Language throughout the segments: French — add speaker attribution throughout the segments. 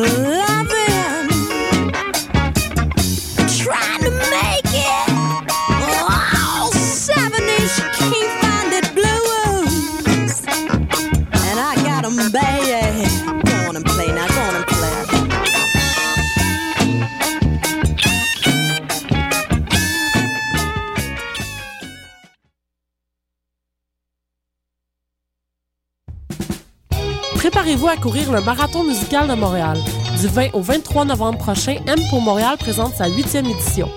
Speaker 1: loving, trying to make it. Oh, 70s, she can't find it blues. And I got 'em bad. Go on and play now, go on and play.
Speaker 2: Préparez-vous à courir le Marathon musical de Montréal. Du 20 au 23 novembre prochain, M pour Montréal présente sa huitième édition.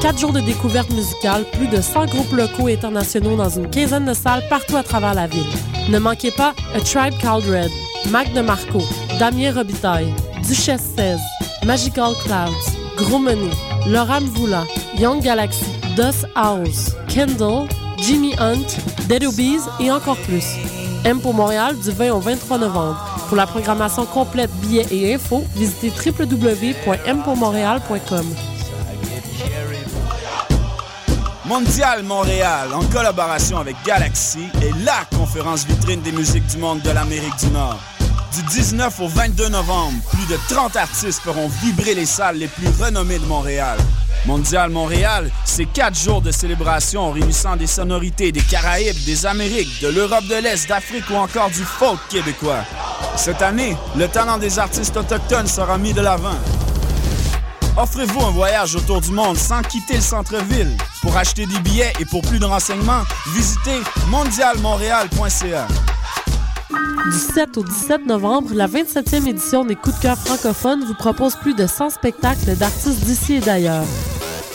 Speaker 2: Quatre jours de découverte musicale, plus de 100 groupes locaux et internationaux dans une quinzaine de salles partout à travers la ville. Ne manquez pas A Tribe Called Red, Mac DeMarco, Damien Robitaille, Duchesse 16, Magical Clouds, Gros Money, Laura Mvoula, Young Galaxy, Dust House, Kendall, Jimmy Hunt, Dead Obies et encore plus. M pour Montréal du 20 au 23 novembre. Pour la programmation complète, billets et infos, visitez www.mpourmontréal.com.
Speaker 3: Mondial Montréal, en collaboration avec Galaxy, est LA conférence vitrine des musiques du monde de l'Amérique du Nord. Du 19 au 22 novembre, plus de 30 artistes feront vibrer les salles les plus renommées de Montréal. Mondial Montréal, c'est quatre jours de célébration réunissant des sonorités des Caraïbes, des Amériques, de l'Europe de l'Est, d'Afrique ou encore du folk québécois. Cette année, le talent des artistes autochtones sera mis de l'avant. Offrez-vous un voyage autour du monde sans quitter le centre-ville. Pour acheter des billets et pour plus de renseignements, visitez mondialmontréal.ca.
Speaker 2: Du 7 au 17 novembre, la 27e édition des Coups de cœur francophones vous propose plus de 100 spectacles d'artistes d'ici et d'ailleurs.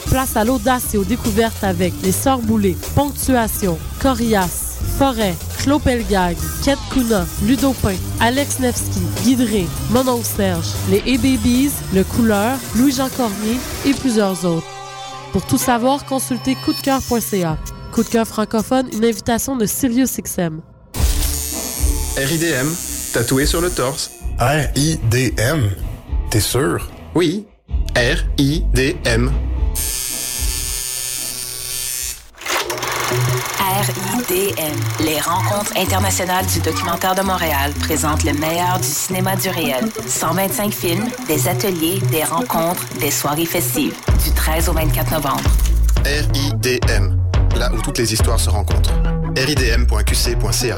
Speaker 2: Place à l'audace et aux découvertes avec Les Sœurs Boulées, Ponctuation, Corias, Forêt, Clos Pelgag, Kate Kuna, Ludopin, Alex Nevsky, Guidré, Monon Serge, Les E-Babies, Le Couleur, Louis-Jean Cormier et plusieurs autres. Pour tout savoir, consultez coupdecoeur.ca. Coup de cœur francophone, une invitation de Sirius XM.
Speaker 4: RIDM, tatoué sur le torse.
Speaker 5: R-I-D-M. T'es sûr?
Speaker 4: Oui, R-I-D-M.
Speaker 6: RIDM, les rencontres internationales du documentaire de Montréal présentent le meilleur du cinéma du réel. 125 films, des ateliers, des rencontres, des soirées festives. Du 13 au 24 novembre.
Speaker 4: RIDM, là où toutes les histoires se rencontrent. RIDM.qc.ca.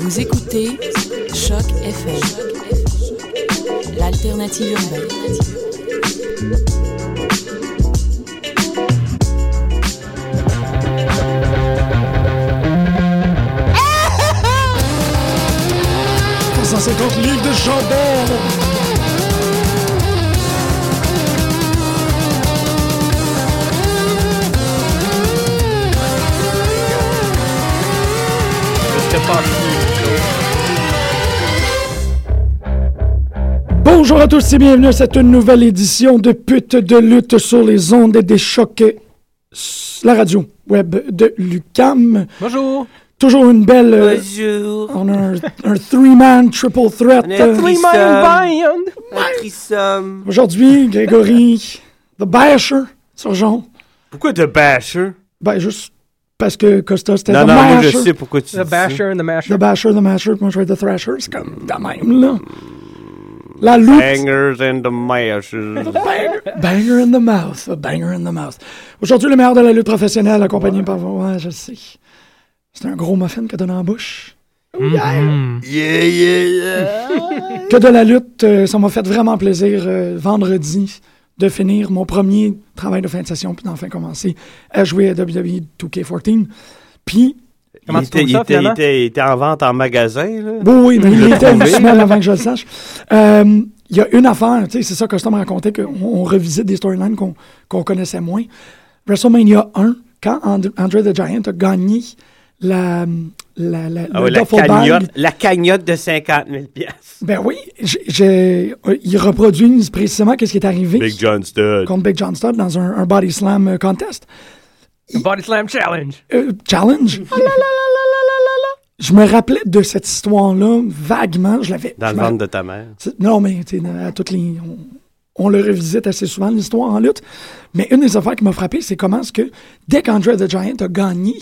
Speaker 7: Vous écoutez Choc FM, l'alternative urbaine.
Speaker 8: livres de chandelle. Bonjour à tous et bienvenue à cette nouvelle édition de Pute de lutte sur les ondes et des chocs. La radio web de Lucam.
Speaker 9: Bonjour.
Speaker 8: Toujours une belle. euh,
Speaker 9: Bonjour.
Speaker 8: on a un, un three-man triple threat.
Speaker 9: On est
Speaker 8: euh,
Speaker 9: three- Un threesome.
Speaker 8: Aujourd'hui, Grégory, The Basher, sur Jean.
Speaker 10: Pourquoi The Basher?
Speaker 8: Ben, juste parce que Costa, c'était
Speaker 10: Non,
Speaker 8: The
Speaker 10: Ah non, moi je
Speaker 8: Masher.
Speaker 10: sais pourquoi tu
Speaker 9: The
Speaker 10: dis ça.
Speaker 9: basher and the masher.
Speaker 8: The Basher, The Masher, puis moi je vais être The Thrasher. C'est comme quand même, là. La lutte.
Speaker 10: Bangers and the Mashers.
Speaker 8: Banger, banger in the mouth. A banger in the mouth. Aujourd'hui, le meilleur de la lutte professionnelle, accompagné par. Ouais, je sais. C'est un gros muffin que t'as dans la bouche.
Speaker 10: yeah, yeah, yeah.
Speaker 8: Que de la lutte, euh, ça m'a fait vraiment plaisir euh, vendredi de finir mon premier travail de fin de session, puis d'enfin commencer à jouer à E WWE 2K14. Puis,
Speaker 9: Comment
Speaker 10: il,
Speaker 9: tu
Speaker 10: était,
Speaker 9: trouves
Speaker 10: il,
Speaker 9: ça,
Speaker 10: était, il,
Speaker 9: finalement?
Speaker 10: était, il était en vente en magasin, là.
Speaker 8: bon, oui, mais il était une
Speaker 10: trouvé.
Speaker 8: semaine avant que je le sache. Euh, Il y a une affaire, tu sais, c'est ça que je me racontait, qu'on on revisite des storylines qu'on qu'on connaissait moins. WrestleMania 1, quand And- Andre the Giant a gagné la, la, la,
Speaker 10: Ah
Speaker 8: le
Speaker 10: oui, la,
Speaker 8: duffel bag,
Speaker 10: cagnotte, la cagnotte de 50 000 piastres.
Speaker 8: ben oui, j'ai- j'ai- euh, ils reproduisent précisément qu'est-ce qui est arrivé
Speaker 10: Big John Studd.
Speaker 8: contre Big John Studd dans un, un body slam euh, contest.
Speaker 11: Body Slam Challenge.
Speaker 8: Euh, challenge. Je me rappelais de cette histoire-là vaguement. Je l'avais.
Speaker 10: Dans
Speaker 8: je
Speaker 10: le
Speaker 8: me-
Speaker 10: ventre de ta mère.
Speaker 8: C'est- Non, mais tu sais, à toutes les. On, on le revisite assez souvent, l'histoire en lutte. Mais une des affaires qui m'a frappé, c'est comment est-ce que dès qu'André the Giant a gagné,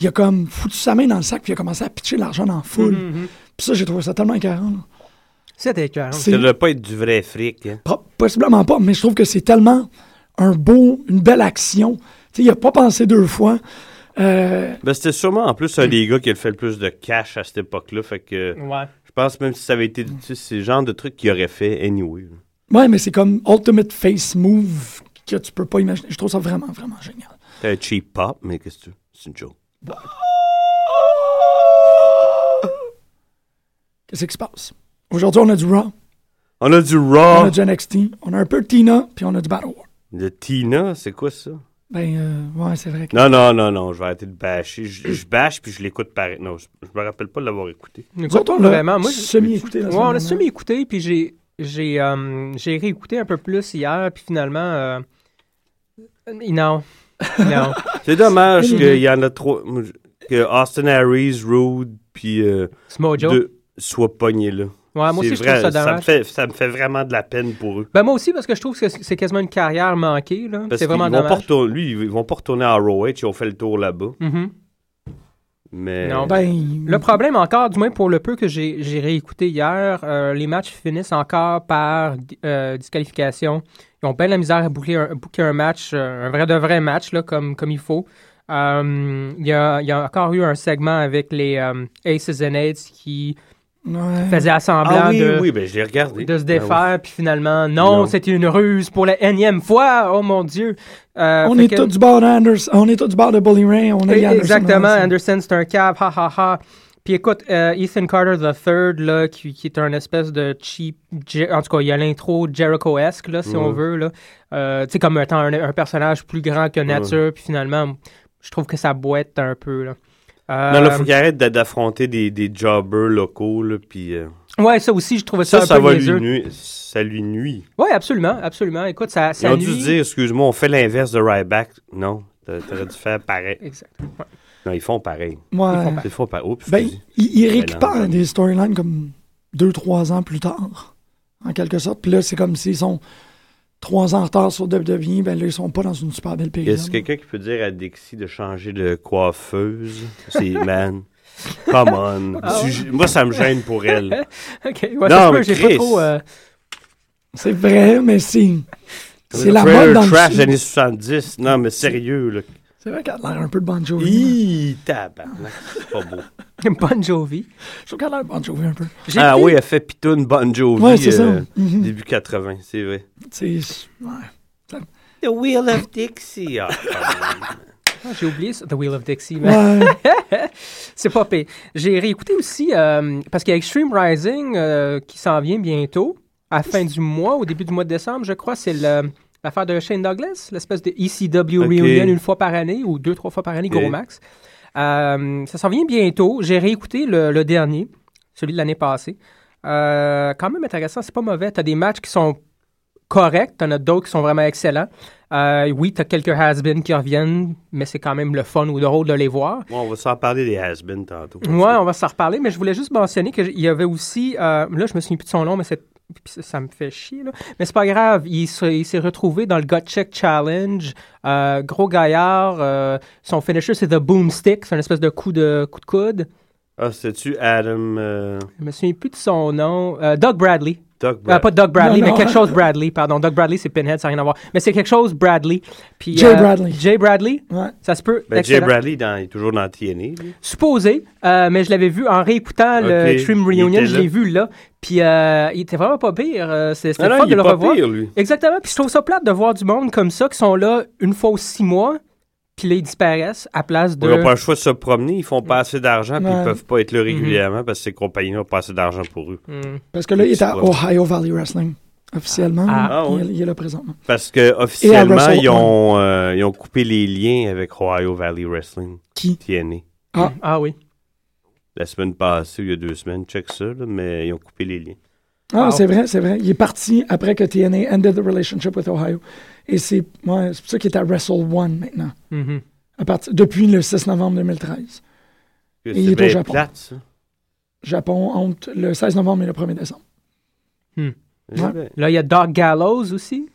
Speaker 8: il a comme foutu sa main dans le sac puis il a commencé à pitcher l'argent dans la foule.
Speaker 11: Mhm.
Speaker 8: Puis ça, j'ai trouvé ça tellement écœurant. là.
Speaker 11: C'était écœurant.
Speaker 8: C'est-
Speaker 10: Ça doit pas être du vrai fric. hein.
Speaker 8: Pro- Possiblement pas, mais je trouve que c'est tellement un beau, une belle action. Tu sais, il a pas pensé deux fois. Euh,
Speaker 10: Ben, c'était sûrement en plus un des gars qui a fait le plus de cash à cette époque-là. Fait que
Speaker 11: Ouais.
Speaker 10: je pense même si ça avait été. tu sais, c'est le genre de truc qu'il aurait fait anyway. là.
Speaker 8: ouais, mais c'est comme ultimate face move que tu peux pas imaginer. Je trouve ça vraiment, vraiment génial.
Speaker 10: C'était un cheap pop, mais qu'est-ce que tu. C'est une joke.
Speaker 8: Qu'est-ce qui se passe? Aujourd'hui, on a du Raw,
Speaker 10: On a du
Speaker 8: on a
Speaker 11: Ah.
Speaker 10: Raw.
Speaker 8: du NXT, on a un peu de Tina, puis on a du Battle War.
Speaker 10: De Tina, c'est quoi ça?
Speaker 8: Ben, euh, ouais, c'est vrai que...
Speaker 10: Non, non, non, non, je vais arrêter de bâcher. Je, je bâche puis je l'écoute pareil. Non, je, je me rappelle pas de l'avoir écouté.
Speaker 8: Nous autres, on l'a
Speaker 11: Vraiment, moi, je-
Speaker 8: semi-écouté. la
Speaker 11: Ouais,
Speaker 8: semaine
Speaker 11: on a
Speaker 8: dernière.
Speaker 11: semi-écouté, puis j'ai, j'ai, euh, j'ai réécouté un peu plus hier, puis finalement, euh, non, non.
Speaker 10: C'est dommage
Speaker 11: Mhm.
Speaker 10: qu'il y en a trois. moi, je- Que Austin Harris, Rude, puis. euh,
Speaker 11: Smojo.
Speaker 10: deux soient pognés là.
Speaker 11: Ouais, moi aussi,
Speaker 10: C'est
Speaker 11: je trouve
Speaker 10: vrai,
Speaker 11: ça
Speaker 10: me
Speaker 11: dommage.
Speaker 10: fait, ça me fait vraiment de la peine pour eux.
Speaker 11: Ben moi aussi, parce que je trouve que c'est- c'est quasiment une carrière manquée, là.
Speaker 10: Parce
Speaker 11: c'est
Speaker 10: qu'ils
Speaker 11: vraiment
Speaker 10: vont pas
Speaker 11: dommage.
Speaker 10: retourner, lui, ils vont pas retourner à ROH, ils ont fait le tour là-bas.
Speaker 11: Mhm.
Speaker 10: Mais
Speaker 11: Non.
Speaker 8: Ben,
Speaker 11: Le problème encore, du moins pour le peu que j'ai, j'ai réécouté hier, euh, les matchs finissent encore par euh, disqualification. Ils ont bien la misère à boucler un, booker un match, euh, un vrai de vrai match, là, comme, comme il faut. Euh, Il y, a, il y a encore eu un segment avec les euh, Aces and Aids qui
Speaker 8: ouais.
Speaker 11: faisaient assemblant
Speaker 10: Ah oui,
Speaker 11: de,
Speaker 10: oui, ben je l'ai regardé.
Speaker 11: de se
Speaker 10: Ben
Speaker 11: défaire, puis finalement, non,
Speaker 10: Non.
Speaker 11: c'était une ruse pour la énième fois. Oh mon Dieu! Euh,
Speaker 8: On
Speaker 11: fait
Speaker 8: est
Speaker 11: que-
Speaker 8: tous du bord d'Anderson, on est tous du bord de Bully Ray, on a
Speaker 11: Eh,
Speaker 8: Anderson
Speaker 11: Exactement,
Speaker 10: hein,
Speaker 8: Anderson.
Speaker 11: Anderson, c'est un cave, ha ha ha. Puis écoute, euh, Ethan Carter III, là, qui, qui est un espèce de cheap. Jer- En tout cas, il y a l'intro Jericho-esque, là, si on veut. là. Euh, tu sais, comme étant un, un personnage plus grand que nature. Puis finalement, je trouve que ça boite un peu. Là.
Speaker 10: oui.
Speaker 11: Euh,
Speaker 10: Non, là, faut qu'il arrête d'a- d'affronter des, des jobbers locaux, là, puis euh,
Speaker 11: Ouais, ça aussi, je trouvais ça,
Speaker 10: ça, ça,
Speaker 11: un peu
Speaker 10: va lui
Speaker 11: niaiseux.
Speaker 10: nuire. Ça lui nuit.
Speaker 11: Ouais, absolument, absolument. Écoute, ça,
Speaker 10: Ils
Speaker 11: ça
Speaker 10: ont
Speaker 11: nuit.
Speaker 10: dû se dire, excuse-moi, on fait l'inverse de Ryback. Non, t'a- t'aurais dû faire pareil.
Speaker 11: Exact.
Speaker 10: Non, ils font pareil.
Speaker 8: Ouais.
Speaker 10: Ils font pareil. Oups,
Speaker 8: Ben,
Speaker 10: excusez.
Speaker 8: il, il
Speaker 10: Ben non,
Speaker 8: récupère
Speaker 10: ben non.
Speaker 8: des storylines comme deux, trois ans plus tard, en quelque sorte. Puis là, c'est comme s'ils sont trois ans en retard sur WWE, ben là, ils sont pas dans une super belle période.
Speaker 10: Est-ce quelqu'un qui peut dire à Dixie de changer de coiffeuse? C'est man. Come on.
Speaker 11: Ah ouais?
Speaker 10: Tu- Moi, ça me gêne pour elle.
Speaker 11: Ok, ouais, ça
Speaker 10: Non,
Speaker 11: se peut,
Speaker 10: mais
Speaker 11: j'ai pas
Speaker 10: Chris.
Speaker 11: trop. euh,
Speaker 8: C'est vrai, mais c'est... C'est la
Speaker 10: Trailer
Speaker 8: mode dans
Speaker 10: trash
Speaker 8: le
Speaker 10: années 70. Non, mais sérieux, là.
Speaker 8: C'est vrai qu'elle a l'air un peu de Bon Jovi. hein.
Speaker 10: Hi, tabarnak. C'est pas beau.
Speaker 11: Bon Jovi.
Speaker 8: Je trouve qu'elle a l'air de Bon Jovi un peu.
Speaker 11: J'ai
Speaker 10: Ah
Speaker 11: écouté-
Speaker 10: oui, elle fait Pitoun Bon Jovi.
Speaker 8: Ouais, c'est ça.
Speaker 10: euh,
Speaker 8: Mhm.
Speaker 10: Début 80, c'est vrai.
Speaker 8: C'est... Ouais.
Speaker 10: The Wheel of Dixie. Ah, come on.
Speaker 11: Ah, J'ai oublié ça, The Wheel of Dixie. mais-
Speaker 8: Ouais.
Speaker 11: C'est pas pire. J'ai réécouté aussi, euh, parce qu'il y a Extreme Rising euh, qui s'en vient bientôt, à la fin du mois, au début du mois de décembre, je crois. C'est le- l'affaire de Shane Douglas, l'espèce de ECW
Speaker 10: Ok.
Speaker 11: Reunion une fois par année ou deux, trois fois par année,
Speaker 10: Ok.
Speaker 11: gros max. Euh, ça s'en vient bientôt. J'ai réécouté le, le dernier, celui de l'année passée. Euh, quand même intéressant, c'est pas mauvais. T'as des matchs qui sont corrects, t'en as d'autres qui sont vraiment excellents. Euh, oui, t'as quelques has-beens qui reviennent, mais c'est quand même le fun ou drôle de les voir.
Speaker 10: Bon, on va s'en parler des has tantôt.
Speaker 11: Ouais, on va s'en reparler, mais je voulais juste mentionner qu'il y avait aussi. euh, là, je me souviens plus de son nom, mais c'est- puis ça, ça me fait chier. Là. Mais c'est pas grave, il se- il s'est retrouvé dans le Gut Check Challenge. Euh, gros gaillard, euh, son finisher c'est The Boomstick, c'est un espèce de coup de, coup de coude.
Speaker 10: Ah, c'est-tu Adam... euh,
Speaker 11: Je me souviens plus de son nom. Euh, Doug Bradley.
Speaker 10: Doc
Speaker 11: Euh, pas Doug Bradley,
Speaker 8: Non,
Speaker 11: mais
Speaker 8: non.
Speaker 11: quelque chose Bradley, pardon. Doug Bradley, c'est Pinhead, ça n'a rien à voir. Mais c'est quelque chose Bradley. Puis, euh,
Speaker 8: Jay Bradley.
Speaker 11: Jay Bradley,
Speaker 8: Ouais.
Speaker 11: ça se peut.
Speaker 10: Ben, Jay
Speaker 11: Excellent.
Speaker 10: Bradley dans- il est toujours dans TNA. lui.
Speaker 11: supposé, euh, mais je l'avais vu en réécoutant le
Speaker 10: Ok,
Speaker 11: Extreme
Speaker 10: il
Speaker 11: Reunion,
Speaker 10: était
Speaker 11: je
Speaker 10: là. Ah
Speaker 11: l'ai vu là, puis euh, il était vraiment pas pire, euh, c'est- c'était
Speaker 10: Non,
Speaker 11: le
Speaker 10: non,
Speaker 11: fun
Speaker 10: il
Speaker 11: de
Speaker 10: est
Speaker 11: le
Speaker 10: pas
Speaker 11: revoir.
Speaker 10: pire, lui.
Speaker 11: Exactement, puis je trouve ça plate de voir du monde comme ça qui sont là une fois aux six mois, puis là ils disparaissent à place
Speaker 10: Ils n'ont
Speaker 11: de...
Speaker 10: pas le choix de Mhm. se promener, ils font pas assez d'argent, puis
Speaker 8: Ouais.
Speaker 10: ils peuvent pas
Speaker 11: Mhm.
Speaker 10: être là régulièrement parce que ces compagnies n'ont pas assez d'argent pour eux.
Speaker 11: Hmm.
Speaker 8: Parce que là, il est à
Speaker 10: Ouais.
Speaker 8: Ohio Valley Wrestling. officiellement.
Speaker 10: Ah,
Speaker 8: là.
Speaker 10: ah oui.
Speaker 8: il, est- il est là présentement.
Speaker 10: Parce que officiellement,
Speaker 8: Russell,
Speaker 10: ils ont, euh, ils ont coupé les liens avec Ohio Valley Wrestling.
Speaker 8: Qui?
Speaker 10: TNA.
Speaker 8: Ah.
Speaker 11: ah oui.
Speaker 10: La semaine passée, il y a deux semaines, check ça, là, mais ils ont coupé les liens.
Speaker 8: Ah, c'est vrai, c'est vrai. Il est parti après que TNA ended the relationship with Ohio. Et c'est ouais, c'est pour ça qu'il est à Wrestle One maintenant.
Speaker 11: Mhm.
Speaker 8: À partir- depuis le 6 novembre 2013.
Speaker 10: Que
Speaker 8: Et
Speaker 10: c'est
Speaker 8: il est au
Speaker 10: bien
Speaker 8: Japon.
Speaker 10: plate, ça.
Speaker 8: Japon entre le 16 novembre et le 1er décembre.
Speaker 11: Hmm.
Speaker 10: Ouais.
Speaker 11: Là, il y a Doc Gallows aussi.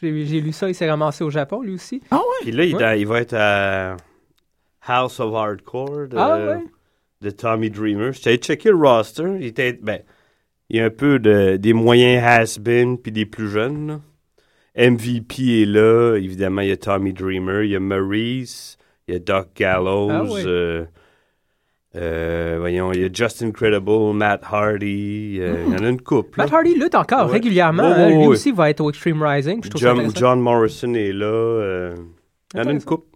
Speaker 11: J'ai j'ai lu ça, il s'est ramassé au Japon, lui aussi.
Speaker 8: Ah
Speaker 10: Puis là, il, est
Speaker 11: Ouais.
Speaker 10: à- il va être à House of Hardcore de,
Speaker 11: Ah ouais?
Speaker 10: de Tommy Dreamer. J'avais checké le roster. Il, était, ben, il y a un peu de, des moyens has-been puis des plus jeunes. là. MVP est là. Évidemment, il y a Tommy Dreamer. Il y a Maurice. Il y a Doc Gallows.
Speaker 11: Ah ouais.
Speaker 10: euh, euh, voyons, il y a Justin Credible, Matt Hardy. euh, Il y en a une couple.
Speaker 11: Hmm. Matt
Speaker 10: là.
Speaker 11: Hardy lutte encore
Speaker 10: Ouais.
Speaker 11: régulièrement.
Speaker 10: Ouais, ouais,
Speaker 11: hein. lui
Speaker 10: ouais.
Speaker 11: aussi va être au Extreme Rising. puis Je trouve ça
Speaker 10: John,
Speaker 11: intéressant.
Speaker 10: John Morrison est là. euh, il y en a une
Speaker 11: Intéressant.
Speaker 10: couple.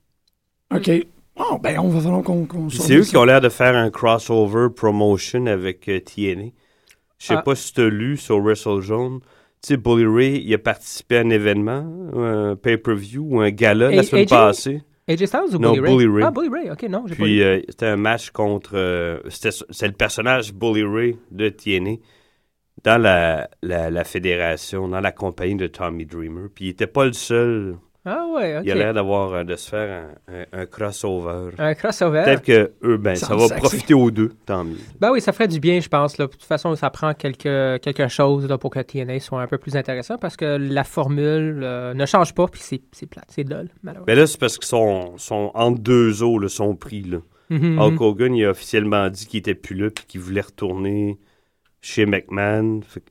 Speaker 8: OK. Bon, ben, on va falloir qu'on. qu'on
Speaker 10: Puis
Speaker 8: surveille
Speaker 10: c'est eux
Speaker 8: ça.
Speaker 10: qui ont l'air de faire un crossover promotion avec euh, TNA. Je sais
Speaker 11: Ah.
Speaker 10: pas si tu lu sur WrestleZone. Tu sais, Bully Ray, il a participé à un événement, un pay-per-view ou un gala la
Speaker 11: A-
Speaker 10: semaine
Speaker 11: AJ?
Speaker 10: passée.
Speaker 11: AJ Styles ou
Speaker 10: Non,
Speaker 11: Bully Ray?
Speaker 10: Bully Ray.
Speaker 11: Ah, Bully Ray, ok, non, j'ai pas
Speaker 10: Puis
Speaker 11: lu.
Speaker 10: euh, c'était un match contre. euh, c'était c'est le personnage Bully Ray de TNA dans la, la, la fédération, dans la compagnie de Tommy Dreamer. Puis il était pas le seul.
Speaker 11: Ah ouais, ok.
Speaker 10: Il a l'air d'avoir euh, de se faire un, un- un crossover.
Speaker 11: Un crossover.
Speaker 10: Peut-être que eux, ben, ça va
Speaker 11: Sans
Speaker 10: profiter aux deux, tant mieux.
Speaker 11: Ben oui, ça ferait du bien, je pense. Là. De toute façon, ça prend quelque, quelque chose là, pour que TNA soit un peu plus intéressant parce que la formule euh, ne change pas, puis c'est c'est plate, c'est dull, malheureusement.
Speaker 10: Mais Ben là, c'est parce qu'ils sont, sont entre deux eaux, là, son prix. Là.
Speaker 11: Mhm,
Speaker 10: Hulk
Speaker 11: mhm.
Speaker 10: Hogan, il a officiellement dit qu'il était plus là puis qu'il voulait retourner chez McMahon. Fait que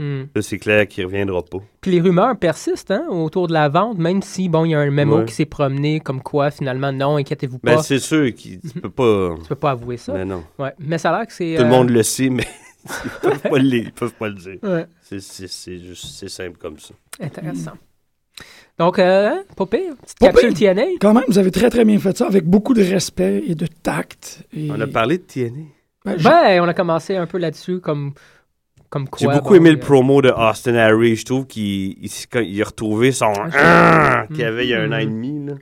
Speaker 11: Mm.
Speaker 10: Là, c'est clair qu'il reviendra pas.
Speaker 11: Puis les rumeurs persistent hein, autour de la vente, même si, bon, il y a un mémo
Speaker 10: Ouais.
Speaker 11: qui s'est promené comme quoi, finalement, non, inquiétez-vous
Speaker 10: Mais
Speaker 11: pas.
Speaker 10: Ben,
Speaker 11: Mhm.
Speaker 10: c'est sûr qu'il tu peux pas.
Speaker 11: Tu peux pas avouer ça.
Speaker 10: Mais non.
Speaker 11: Ouais. Mais ça a l'air que c'est.
Speaker 10: Tout le
Speaker 11: euh,
Speaker 10: monde le sait, mais ils peuvent pas le, ils peuvent pas le dire.
Speaker 11: Ouais.
Speaker 10: C'est- C'est c'est juste c'est simple comme ça.
Speaker 11: Intéressant. Donc, euh, hein, pas pire. Petite
Speaker 8: Pas
Speaker 11: capsule
Speaker 8: pire.
Speaker 11: TNA.
Speaker 8: Quand même, vous avez très, très bien fait ça, avec beaucoup de respect et de tact. Et...
Speaker 10: On a parlé de TNA.
Speaker 8: Ben, je-
Speaker 11: Ben, on a commencé un peu là-dessus, comme, comme quoi.
Speaker 10: J'ai beaucoup
Speaker 11: bon,
Speaker 10: aimé le
Speaker 11: euh,
Speaker 10: promo de Austin Harry. Je trouve qu'il il, s'est- quand il a retrouvé son Ah
Speaker 11: Mhm.
Speaker 10: qu'il avait il y a un an et demi. là.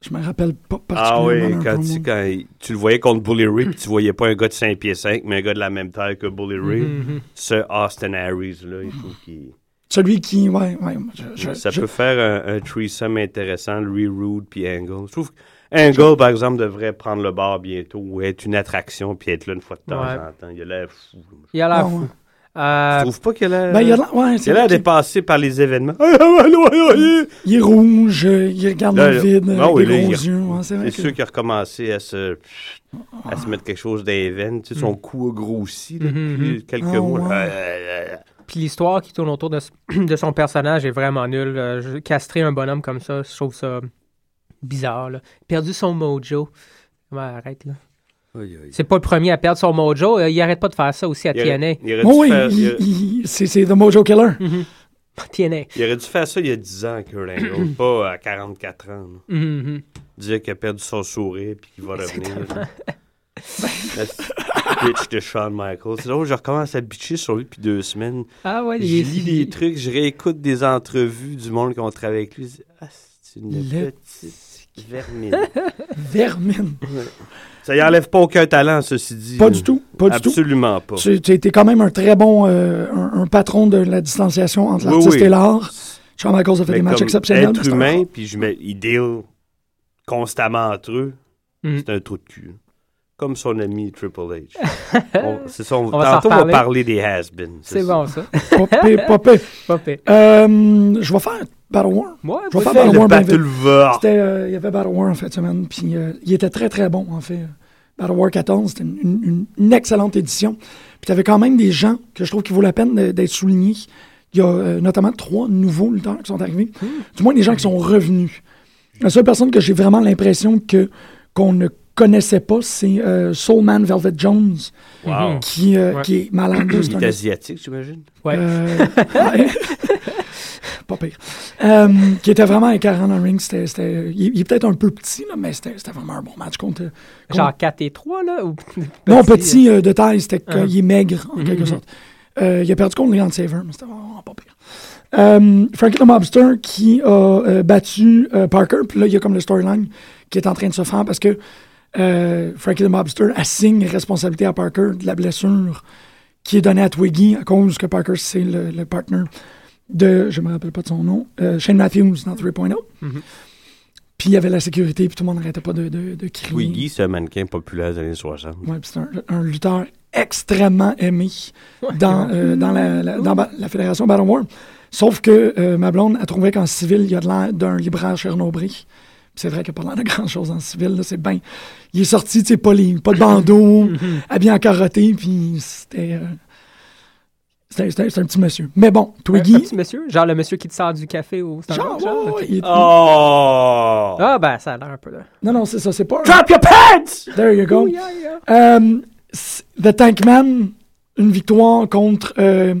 Speaker 8: Je me rappelle pas
Speaker 10: Ah oui,
Speaker 8: particulièrement. d'un
Speaker 10: quand,
Speaker 8: promo.
Speaker 10: tu, quand il- tu le voyais contre Bully Ray, puis tu voyais pas un gars de 5 pieds 5, mais un gars de la même taille que Bully Ray,
Speaker 8: Mhm.
Speaker 10: ce Austin Harris, là, il trouve qu'il...
Speaker 8: Celui qui. Ouais, ouais. je- je-
Speaker 10: ça
Speaker 8: je-
Speaker 10: peut faire un, un threesome intéressant, lui, Rude, puis Angle. Je trouve qu'Angle, par exemple, devrait prendre le bar bientôt, ou être une attraction, puis être là une fois de temps
Speaker 11: Ouais.
Speaker 10: en temps. Il a l'air fou.
Speaker 11: Il a l'air
Speaker 10: Ah,
Speaker 11: fou.
Speaker 10: ouais.
Speaker 11: Euh,
Speaker 10: Je trouve pas qu'il a l'air...
Speaker 8: Ben, il a l'air- ouais,
Speaker 10: il
Speaker 8: c'est
Speaker 10: a
Speaker 8: vrai
Speaker 10: l'air
Speaker 8: qu'il-
Speaker 10: dépassé par les événements.
Speaker 8: Il est rouge, euh, il regarde
Speaker 10: Là,
Speaker 8: le vide, euh,
Speaker 10: ben
Speaker 8: avec
Speaker 10: oui,
Speaker 8: des
Speaker 10: là,
Speaker 8: gros
Speaker 10: il-
Speaker 8: yeux. ouais, c'est vrai
Speaker 10: C'est
Speaker 8: que-
Speaker 10: sûr qu'il a recommencé à se, à se mettre quelque chose dans les veines. Tu sais, son cou a grossi là,
Speaker 11: Mhm,
Speaker 10: depuis
Speaker 11: mhm.
Speaker 10: quelques
Speaker 11: Mm. Ah,
Speaker 10: mois.
Speaker 11: ouais.
Speaker 10: Euh,
Speaker 11: Puis l'histoire qui tourne autour de, s- de son personnage est vraiment nulle. Euh, je- Castrer un bonhomme comme ça, je trouve ça bizarre. là. Perdu son mojo. Ouais, arrête là.
Speaker 10: Aïe, aïe.
Speaker 11: C'est pas le premier à perdre son mojo. Euh, Il arrête pas de faire ça aussi à
Speaker 10: Il aurait-
Speaker 11: TNA.
Speaker 10: il aurait
Speaker 8: Bon,
Speaker 10: dû
Speaker 8: oui,
Speaker 10: faire-
Speaker 8: il-
Speaker 10: il aurait-
Speaker 8: il- c'est c'est The Mojo Killer.
Speaker 11: TNA.
Speaker 10: Il aurait dû faire ça il y a 10 ans, Kurt Angle, pas à 44 ans. là.
Speaker 11: Mhm, mhm.
Speaker 10: Dire qu'il a perdu son sourire puis qu'il va revenir.
Speaker 11: Exactement.
Speaker 10: là. La petite bitch de Shawn Michaels. C'est drôle, je recommence à bitcher sur lui depuis deux semaines.
Speaker 11: Ah ouais,
Speaker 10: je
Speaker 11: il est-
Speaker 10: lis des trucs, je réécoute des entrevues du monde qui ont travaillé avec lui. Je dis, Ah, c'est une
Speaker 8: Le-
Speaker 10: petite vermine.
Speaker 8: Vermine.
Speaker 10: Ça y enlève pas aucun talent, ceci dit.
Speaker 8: Pas du tout, pas du tout.
Speaker 10: Absolument pas.
Speaker 8: Tu tu étais quand même un très bon euh, un, un patron de la distanciation entre
Speaker 10: Oui,
Speaker 8: l'artiste
Speaker 10: oui.
Speaker 8: et l'art. Shawn Michaels a fait
Speaker 10: Mais
Speaker 8: des matchs
Speaker 10: comme
Speaker 8: exceptionnels. mais
Speaker 10: Être
Speaker 8: c'est un-
Speaker 10: humain, puis je mets, ils deal constamment entre eux,
Speaker 11: Mm.
Speaker 10: c'est un trou de cul. Comme son ami Triple H. On- c'est ça, on-
Speaker 11: On va s'en
Speaker 10: tantôt, on va
Speaker 11: reparler.
Speaker 10: parler des has-beens.
Speaker 11: C'est bon ça.
Speaker 8: Popé, popé.
Speaker 11: Popé.
Speaker 8: Euh, je vais faire Battle War.
Speaker 11: Ouais,
Speaker 8: je vais
Speaker 11: vas-y.
Speaker 8: faire Battle
Speaker 11: Le
Speaker 8: War. bien ben, vite.
Speaker 10: Battle War.
Speaker 8: C'était, euh, il y avait Battle War en fait semaine, puis euh, il était très très bon en fait. Battle War 14, c'était une, une- une excellente édition. Puis t'avais quand même des gens que je trouve qu'il vaut la peine de- d'être soulignés. Il y a euh, notamment trois nouveaux lutteurs qui sont arrivés,
Speaker 11: Hmm.
Speaker 8: du moins des gens qui sont revenus. La seule personne que j'ai vraiment l'impression que qu'on ne connaissait pas, c'est euh, Soulman Velvet Jones,
Speaker 10: Wow.
Speaker 8: qui, euh,
Speaker 10: Ouais.
Speaker 8: qui est malade.
Speaker 10: Il
Speaker 8: C'est
Speaker 10: est
Speaker 8: un-
Speaker 10: asiatique, j'imagine.
Speaker 8: euh, ouais. Pas pire. Euh, qui était vraiment écœurant dans le ring. C'était, c'était- il, il est peut-être un peu petit, là, mais c'était, c'était vraiment un bon match contre. contre-
Speaker 11: Genre 4 et 3 là. ou-
Speaker 8: non, petit euh, de taille, c'était qu'il
Speaker 11: Ah.
Speaker 8: est maigre, en
Speaker 11: Mhm,
Speaker 8: quelque
Speaker 11: mhm.
Speaker 8: sorte. Euh, il a perdu contre Leon Saver, mais c'était vraiment pas pire. Euh, Frankie le Mobster qui a euh, battu euh, Parker, puis là, il y a comme le storyline qui est en train de se faire parce que euh, Frankie le Mobster assigne responsabilité à Parker de la blessure qui est donnée à Twiggy à cause que Parker, c'est le, le partner de, je me rappelle pas de son nom, euh, Shane Matthews dans 3.0.
Speaker 10: Mhm.
Speaker 8: Puis il y avait la sécurité, puis tout le monde n'arrêtait pas de, de, de crier.
Speaker 10: Twiggy, c'est un mannequin populaire des années 60.
Speaker 8: Ouais, puis c'est un, un lutteur extrêmement aimé dans, euh, dans, la, la- dans ba- la fédération Battle War. Sauf que euh, ma blonde a trouvé qu'en civil, il y a de l'air d'un libraire à Chernobyl. Puis C'est vrai qu'il n'y a pas l'air de grand-chose en civil. là, C'est bien... Il est sorti, tu sais, pas, les- pas de bandeau, habillé en carotté, puis c'était... euh, C'était c'était- c'était un petit monsieur. Mais bon, Twiggy...
Speaker 11: Un petit monsieur, genre le monsieur qui te sort du café au
Speaker 8: Genre, ouais, ouais, il est-
Speaker 10: Oh!
Speaker 11: Ah, ben, ça a l'air un peu là.
Speaker 8: Non, non, c'est ça, c'est pas... un-
Speaker 11: Drop your pants!
Speaker 8: There you go.
Speaker 11: Ooh, yeah, yeah.
Speaker 8: Um, s- The Tankman, une victoire contre euh,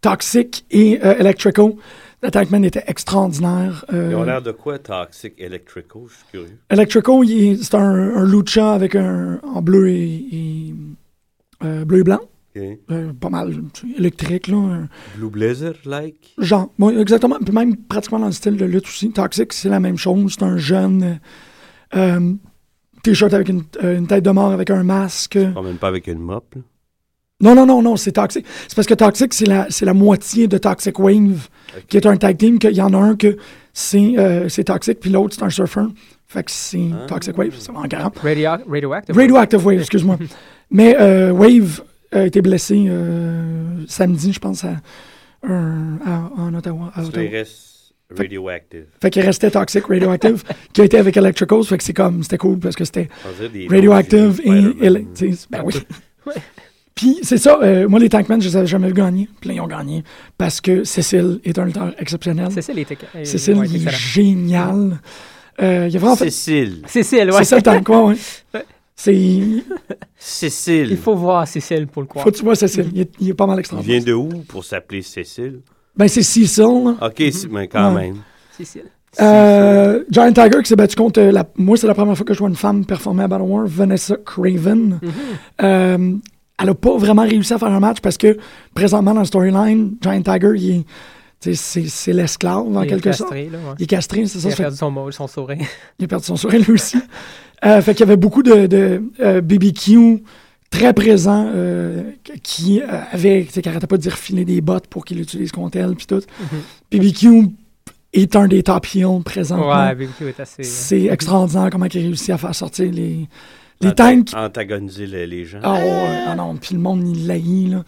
Speaker 8: Toxic et euh, Electrico. The Tankman était extraordinaire. euh,
Speaker 10: Ils ont l'air de quoi, Toxic Electrico? Je suis curieux.
Speaker 8: Electrico, il est- c'est un, un lucha avec un en bleu et, et, euh, bleu et blanc.
Speaker 10: Ok.
Speaker 8: Euh, pas mal tu sais, électrique, là. un-
Speaker 10: Blue Blazer-like?
Speaker 8: Genre, bon, exactement, puis même pratiquement dans le style de lutte aussi. Toxic, c'est la même chose. C'est un jeune euh, euh, t-shirt avec une, euh, une tête de mort, avec un masque.
Speaker 10: Quand même pas avec une mop, là.
Speaker 8: Non, non, non, non, c'est Toxic. C'est parce que Toxic, c'est la, c'est la moitié de Toxic Wave, qui est un tag team. que- Il y en a un que c'est, euh, c'est Toxic, puis l'autre, c'est un surfer. Fait que c'est Toxic Wave, c'est vraiment grave.
Speaker 11: Radio- radioactive.
Speaker 8: Radioactive Wave, excuse-moi. Mais euh, Wave a été blessé euh, samedi, je pense, à, un- à- en Ottawa. à
Speaker 10: Ça
Speaker 8: Ottawa.
Speaker 10: il reste radioactive.
Speaker 8: Fait qu'il restait Toxic Radioactive, qui a été avec Electricals. Fait que c'est comme, c'était cool parce que c'était
Speaker 10: On dirait des
Speaker 8: Radioactive et. ele- tu sais, ben oui. Puis c'est ça, euh, moi les Tankmen, je les avais jamais vus gagner. Puis là, ils ont gagné parce que Cécile est un lutteur exceptionnel.
Speaker 11: Cécile était- euh,
Speaker 8: Cécile,
Speaker 11: ouais,
Speaker 8: il est
Speaker 11: excellent.
Speaker 8: génial. Euh, il a vraiment fait.
Speaker 10: Cécile.
Speaker 11: Cécile, ouais.
Speaker 8: Cécile Tanquois, ouais. C'est.
Speaker 10: Cécile.
Speaker 11: Il faut voir Cécile pour le croire.
Speaker 8: Faut que tu vois Cécile, il est, il est pas mal
Speaker 10: Il
Speaker 8: extraordinaire.
Speaker 10: vient de où pour s'appeler Cécile?
Speaker 8: Ben c'est Cécile, là.
Speaker 10: OK, c'est- mais quand
Speaker 8: Mhm. Ouais.
Speaker 10: même.
Speaker 11: Cécile.
Speaker 10: Ah,
Speaker 8: Euh, Giant Tiger qui s'est battu contre. euh, La... Moi, c'est la première fois que je vois une femme performer à Battle War, Vanessa Craven.
Speaker 11: Mm-hmm.
Speaker 8: Euh, elle n'a pas vraiment réussi à faire un match parce que présentement dans le storyline, Giant Tiger, il est- tu sais, c'est c'est l'esclave en
Speaker 11: Il est
Speaker 8: quelque sorte.
Speaker 11: castré, là, ouais.
Speaker 8: Il est castré, c'est
Speaker 11: Il
Speaker 8: ça.
Speaker 11: a
Speaker 8: ça fait-
Speaker 11: perdu son, mot- son sourire.
Speaker 8: il a perdu son sourire lui aussi. Euh, fait qu'il y avait beaucoup de, de, euh, BBQ très présents euh, qui euh, avaient, tu sais, qui arrêtaient pas de dire filer des bottes pour qu'il utilise contre elle, puis tout.
Speaker 11: Mhm.
Speaker 8: BBQ est un des top heels présentement.
Speaker 11: Ouais, BBQ est assez- euh,
Speaker 8: C'est extraordinaire comment il réussit à faire sortir
Speaker 11: Ah,
Speaker 8: les, les
Speaker 10: Anta-
Speaker 8: tanks.
Speaker 10: Antagoniser le- les gens.
Speaker 8: Ah ouais, ah non, puis le monde, il l'haït, là.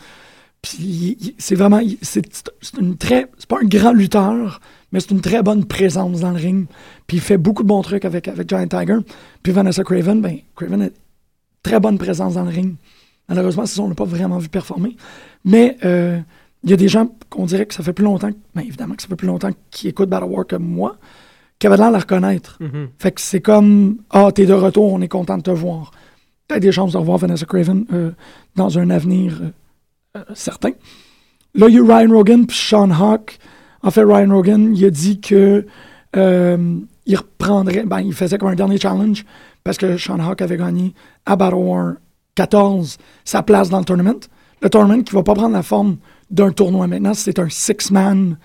Speaker 8: Puis il- il- c'est vraiment, il- c'est c'est une très, c'est pas un grand lutteur, mais c'est une très bonne présence dans le ring. Puis il fait beaucoup de bons trucs avec, avec Giant Tiger. Puis Vanessa Craven, ben, Craven a une très bonne présence dans le ring. Malheureusement, c'est ça, on l'a pas vraiment vu performer. Mais euh, il y a des gens qu'on dirait que ça fait plus longtemps, ben évidemment que ça fait plus longtemps qu'ils écoutent Battle War comme moi, qui avaient l'air de la reconnaître.
Speaker 11: Mhm.
Speaker 8: Fait que c'est comme Ah, t'es de retour, on est content de te voir. Peut-être des chances de revoir Vanessa Craven euh, dans un avenir euh, euh, certain. Là, il y a eu Ryan Rogan puis Sean Hawk. En fait, Ryan Rogan, il a dit que euh, il reprendrait, ben, il faisait comme un dernier challenge parce que Sean Hawk avait gagné à Battle War 14 sa place dans le tournament. Le tournament qui va pas prendre la forme d'un tournoi maintenant, c'est un six-man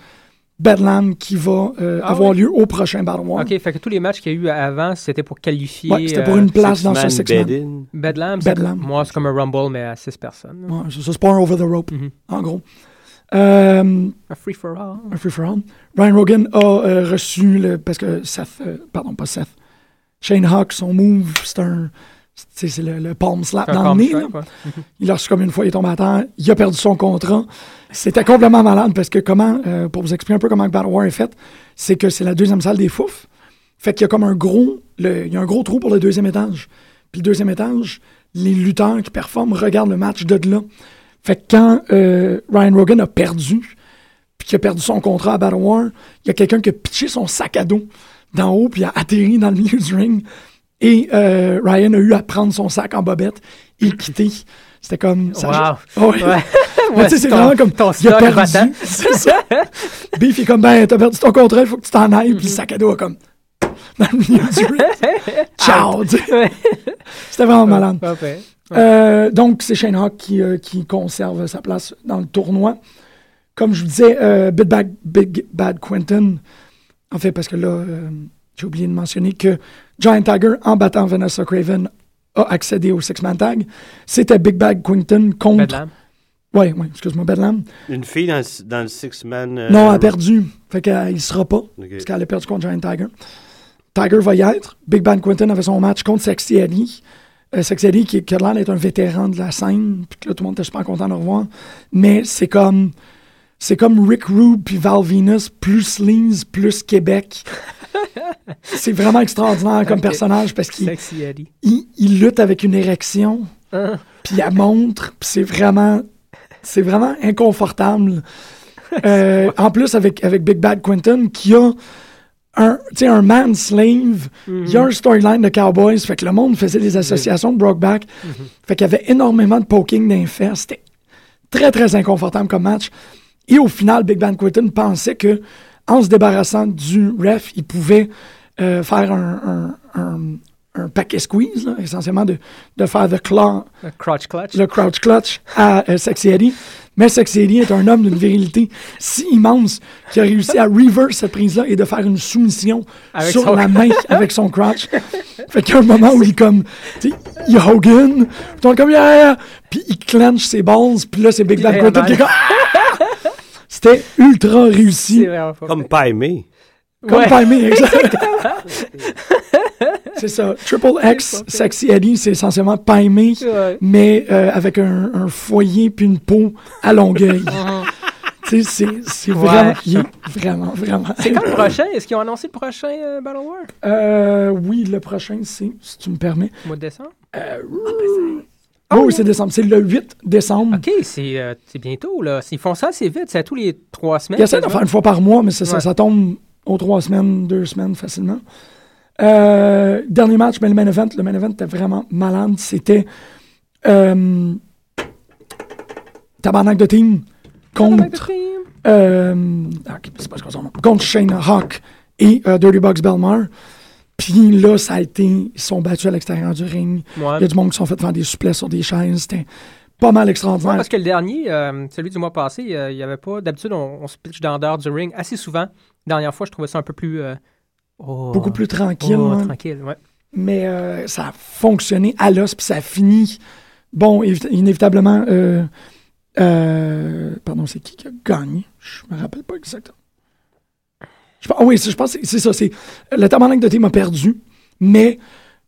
Speaker 8: Bedlam qui va euh,
Speaker 11: Ah
Speaker 8: avoir
Speaker 11: oui?
Speaker 8: lieu au prochain Battle War.
Speaker 11: OK, fait que euh, tous les matchs qu'il y a eu avant, c'était pour qualifier...
Speaker 8: Ouais, c'était pour une place dans ce six-man.
Speaker 10: Bedin.
Speaker 11: Bedlam. c'est-
Speaker 8: Bedlam.
Speaker 11: Moi, c'est comme un Rumble, mais à 6 personnes.
Speaker 8: Ouais, c'est ça, c'est pas un over the rope, en gros. Euh,
Speaker 11: Un free-for-all.
Speaker 8: un free for all. Ryan Rogan a euh, reçu le. Parce que Seth. euh, pardon, pas Seth. Shane Hawk, son move, c'est un. C'est c'est le, le palm slap
Speaker 11: Un
Speaker 8: dans
Speaker 11: palm
Speaker 8: le nez.
Speaker 11: strike,
Speaker 8: là.
Speaker 11: ouais. Mhm.
Speaker 8: Il l'a reçu comme une fois, il est tombé à terre. Il a perdu son contrat. C'était complètement malade parce que comment. euh, pour vous expliquer un peu comment Battle War est fait, c'est que c'est la deuxième salle des fouf. Fait qu'il y a comme un gros. le- il y a un gros trou pour le deuxième étage. Puis le deuxième étage, les lutteurs qui performent regardent le match de là. Fait que quand euh, Ryan Rogan a perdu, puis qui a perdu son contrat à Battle War, il y a quelqu'un qui a pitché son sac à dos d'en haut, puis il a atterri dans le milieu du ring. Et euh, Ryan a eu à prendre son sac en bobette et le quitter. C'était comme... Ça,
Speaker 11: Wow.
Speaker 8: Ouais.
Speaker 11: Ouais.
Speaker 8: Mais tu sais, c'est
Speaker 11: Ton-
Speaker 8: vraiment comme...
Speaker 11: ton
Speaker 8: il
Speaker 11: stock
Speaker 8: a perdu.
Speaker 11: battant.
Speaker 8: C'est ça. Beef il est comme, ben, t'as perdu ton contrat, il faut que tu t'en ailles. Puis le sac à dos a comme... Dans le milieu du ring. Ciao. tu sais. C'était vraiment malade.
Speaker 11: Parfait.
Speaker 8: Euh, donc, c'est Shane Hawk qui, euh, qui conserve sa place dans le tournoi. Comme je vous disais, euh, Big, Bad, Big Bad Quentin, en fait, parce que là, euh, j'ai oublié de mentionner que Giant Tiger, en battant Vanessa Craven, a accédé au six-man tag. C'était Big Bad Quentin contre...
Speaker 10: Bedlam. Euh,
Speaker 8: Oui, oui, excuse-moi, Bedlam.
Speaker 10: Une fille dans, le- dans le six-man. euh,
Speaker 8: Non, elle a perdu. Fait qu'il ne sera pas. Parce qu'elle a perdu contre Giant Tiger. Tiger va y être. Big Bang Quentin avait son match contre Sexy Ali. Euh, Sexy Ali, qui, qui a l'air d'être un vétéran de la scène. Puis que là, tout le monde était super content de le revoir. Mais c'est comme. C'est comme Rick Rude puis Val Venus, plus Leans, plus Québec. c'est vraiment extraordinaire comme
Speaker 11: Ok.
Speaker 8: personnage parce qu'il
Speaker 11: Sexy Eddie.
Speaker 8: il, il lutte avec une érection, puis elle montre, puis c'est vraiment, c'est vraiment inconfortable. Euh, en plus, avec, avec Big Bad Quentin, qui a un, tu sais, un man-slave, il y a un storyline de Cowboys, fait que le monde faisait des associations de Brokeback, fait qu'il y avait énormément de poking d'infest, c'était très, très inconfortable comme match. Et au final, Big Bad Quentin pensait que en se débarrassant du ref, il pouvait euh, faire un, un- un- un paquet squeeze, là, essentiellement de, de faire the claw,
Speaker 11: Le crotch clutch.
Speaker 8: le crouch clutch à euh, Sexy Eddie. Mais Sexy Eddie est un homme d'une virilité si immense qu'il a réussi à reverse cette prise-là et de faire une soumission
Speaker 11: Avec
Speaker 8: sur
Speaker 11: son-
Speaker 8: la main avec son crotch. Fait qu'il y a un moment où il comme, tu sais, il Hogan, puis on est comme, Yeah, yeah. puis il clenche ses balles, puis là c'est Big Bad
Speaker 11: Puis
Speaker 8: Quentin
Speaker 11: là,
Speaker 8: qui est comme, C'était ultra réussi.
Speaker 10: Comme Paimé.
Speaker 8: Comme
Speaker 11: Ouais.
Speaker 8: timing, exact. c'est ça. Triple X, Sexy Eddie, c'est essentiellement paimé,
Speaker 11: Ouais.
Speaker 8: mais euh, avec un, un foyer puis une peau à longueuil. tu sais, c'est- c'est
Speaker 11: Uh-huh. Ouais.
Speaker 8: vraiment, il est vraiment, vraiment.
Speaker 11: C'est quand le prochain? Est-ce qu'ils ont annoncé le prochain euh, Battle War?
Speaker 8: Euh, oui, le prochain, c'est, si tu me permets.
Speaker 11: Au mois de décembre?
Speaker 8: Oh, oui, c'est décembre. C'est le 8 décembre.
Speaker 11: OK, c'est euh, c'est bientôt, là. Ils font ça assez vite. C'est à tous les trois semaines.
Speaker 8: Il essaie de
Speaker 11: quasiment.
Speaker 8: faire une fois par mois, mais c'est ça,
Speaker 11: Ouais.
Speaker 8: ça tombe aux trois semaines, deux semaines facilement. Euh, dernier match, mais le main event, le main event était vraiment malade. C'était euh, Tabarnak de Team contre. euh, ok, c'est pas ce qu'on dit, non. Contre Shane Hawk et euh, Dirty Bugs Belmar. Puis là, ça a été. Ils sont battus à l'extérieur du ring. Il
Speaker 11: Ouais.
Speaker 8: y a du monde qui se sont fait faire des souplesses sur des chaises. C'était pas mal extraordinaire.
Speaker 11: Ouais, parce que le dernier, euh, celui du mois passé, euh, il y avait pas. D'habitude, on, on se pitch dans dehors du ring assez souvent. Dernière fois, je trouvais ça un peu plus. euh, oh,
Speaker 8: Beaucoup plus tranquille,
Speaker 11: oh,
Speaker 8: hein.
Speaker 11: tranquille, ouais.
Speaker 8: mais euh, ça a fonctionné à l'os, puis ça a fini. Bon, évi- inévitablement, euh, euh, pardon, c'est qui qui a gagné? Je me rappelle pas exactement. Je, pense- ah oui, c'est- je pense que c'est- c'est ça. C'est, le tabarnak de team a perdu, mais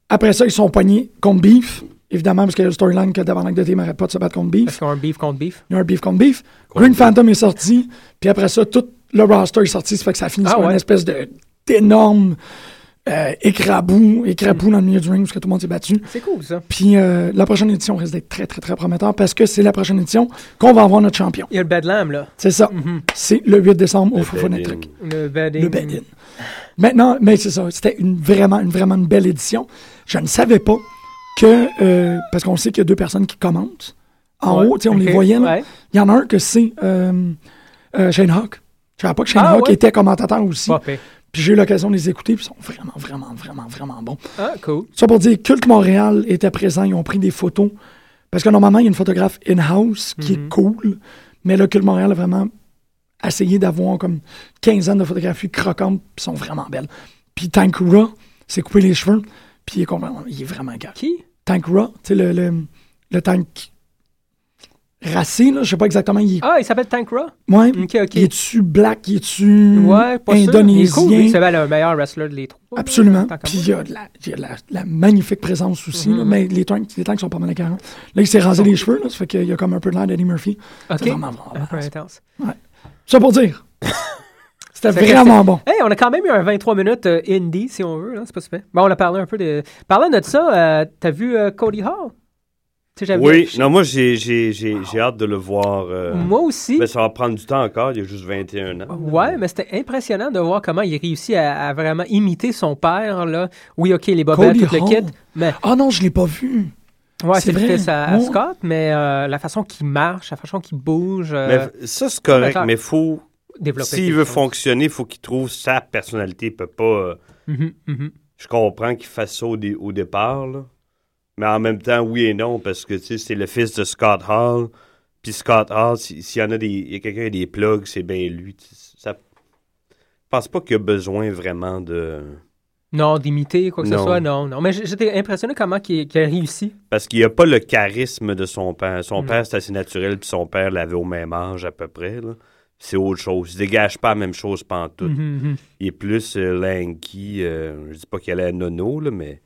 Speaker 8: après ça, ils sont poignés contre Beef, évidemment, parce que le storyline que le tabarnak de team n'arrête pas de se battre contre Beef.
Speaker 11: Parce qu'on a un beef contre beef.
Speaker 8: Il y a un beef contre beef. Green Phantom est sorti. Puis après ça, tout le roster est sorti. Ça fait que ça finit
Speaker 11: Ah
Speaker 8: sur
Speaker 11: ouais.
Speaker 8: une espèce de- d'énorme euh, écrabou, écrabou dans le milieu du ring parce que tout le monde s'est battu.
Speaker 11: C'est cool, ça.
Speaker 8: Puis euh, la prochaine édition risque d'être très, très, très prometteur parce que c'est la prochaine édition qu'on va avoir notre champion.
Speaker 11: Il y a le bedlam, là.
Speaker 8: C'est ça. C'est le 8 décembre au Fofo
Speaker 11: Mhm. Le bedding.
Speaker 8: le bed-in. Maintenant, mais c'est ça, c'était une, vraiment, une, vraiment une belle édition. Je ne savais pas que, euh, parce qu'on sait qu'il y a deux personnes qui commentent en
Speaker 11: Ouais,
Speaker 8: haut, tu sais, on
Speaker 11: ok,
Speaker 8: les voyait. là.
Speaker 11: ouais.
Speaker 8: Il y en a un que c'est euh, euh, Shane Hawk. Je savais pas que Shane
Speaker 11: Ah,
Speaker 8: Hawk
Speaker 11: ouais.
Speaker 8: était commentateur aussi.
Speaker 11: Pas pire.
Speaker 8: Puis j'ai eu l'occasion de les écouter, puis ils sont vraiment, vraiment, vraiment, vraiment bons.
Speaker 11: Ah, cool.
Speaker 8: Ça pour dire, Culte Montréal était présent, ils ont pris des photos. Parce que normalement, il y a une photographe in-house qui est cool, mais là, Culte Montréal a vraiment essayé d'avoir comme 15 ans de photographies croquantes, puis sont vraiment belles. Puis Tankura s'est coupé les cheveux, puis il est, complètement- il est vraiment gars.
Speaker 11: Qui?
Speaker 8: Tankura, tu sais, le, le, le tank racé, là, je sais pas exactement, il est.
Speaker 11: Ah, il s'appelle Tankra.
Speaker 8: Ouais,
Speaker 11: Ok, ok.
Speaker 8: il est-tu black, il est-tu
Speaker 11: Ouais, pas sûr. Il est
Speaker 8: indonésien?
Speaker 11: cool. lui. C'est ben, le meilleur wrestler de les trois. là,
Speaker 8: Absolument.
Speaker 11: tant qu'à
Speaker 8: Puis
Speaker 11: moi. Mhm.
Speaker 8: il y a de la, il y a de la- de la magnifique présence aussi. là, mais les tanks, les tanks sont pas mal à 40. Là, il s'est rasé les cheveux, là, ça fait qu'il y a comme un peu de l'air d'Eddie Murphy.
Speaker 11: Ok.
Speaker 8: C'est vraiment, vraiment,
Speaker 11: Un peu
Speaker 8: vraiment.
Speaker 11: intense.
Speaker 8: Ça pour dire. C'était
Speaker 11: Fait que
Speaker 8: vraiment
Speaker 11: c'est-
Speaker 8: bon.
Speaker 11: Hey, on a quand même eu un 23 minutes euh, indie, si on veut. là, C'est pas super. Bon, on a parlé un peu de. Parlant de ça, euh, t'as vu euh, Cody Hall? Tu sais, j'avais-
Speaker 10: Oui, non, moi, j'ai j'ai- j'ai- j'ai hâte de le voir. euh,
Speaker 11: Moi aussi.
Speaker 10: Mais ça va prendre du temps encore, il a juste 21 ans.
Speaker 11: Ouais, mais c'était impressionnant de voir comment il réussit à, à vraiment imiter son père. Là. Oui, OK, les bobettes,
Speaker 8: Cody
Speaker 11: tout le
Speaker 8: Hall.
Speaker 11: kit. Mais
Speaker 8: Ah non, je l'ai pas vu.
Speaker 11: ouais,
Speaker 8: c'est
Speaker 11: c'est le
Speaker 8: vrai.
Speaker 11: fils à, à
Speaker 8: Ouais.
Speaker 11: Scott, mais euh, la façon qu'il marche, la façon qu'il bouge.
Speaker 10: Mais
Speaker 11: euh,
Speaker 10: f- ça, c'est correct,
Speaker 11: d'accord.
Speaker 10: mais faut.
Speaker 11: Développer
Speaker 10: S'il
Speaker 11: quelque
Speaker 10: veut
Speaker 11: chose.
Speaker 10: fonctionner, il faut qu'il trouve sa personnalité. Il peut pas. euh,
Speaker 11: mhm, mhm.
Speaker 10: Je comprends qu'il fasse ça au, dé- au départ, là. Mais en même temps, oui et non, parce que tu sais, c'est le fils de Scott Hall. Puis Scott Hall, si- s'il y en a des. Il y a quelqu'un qui a des plugs, c'est bien lui. tu sais, Ça... Je pense pas qu'il y a besoin vraiment de.
Speaker 11: Non, d'imiter, quoi que
Speaker 10: Non.
Speaker 11: ce soit, non, non. Mais j- j'étais impressionné comment qu'il qu'il a réussi.
Speaker 10: Parce qu'il a pas le charisme de son père. Son
Speaker 11: Mm.
Speaker 10: père, c'est assez naturel, puis son père l'avait au même âge à peu près. là. C'est autre chose. Il dégage pas la même chose pantoute.
Speaker 11: Mhm, mhm.
Speaker 10: Il est plus euh, lanky. euh, je dis pas qu'il a la nono, là, mais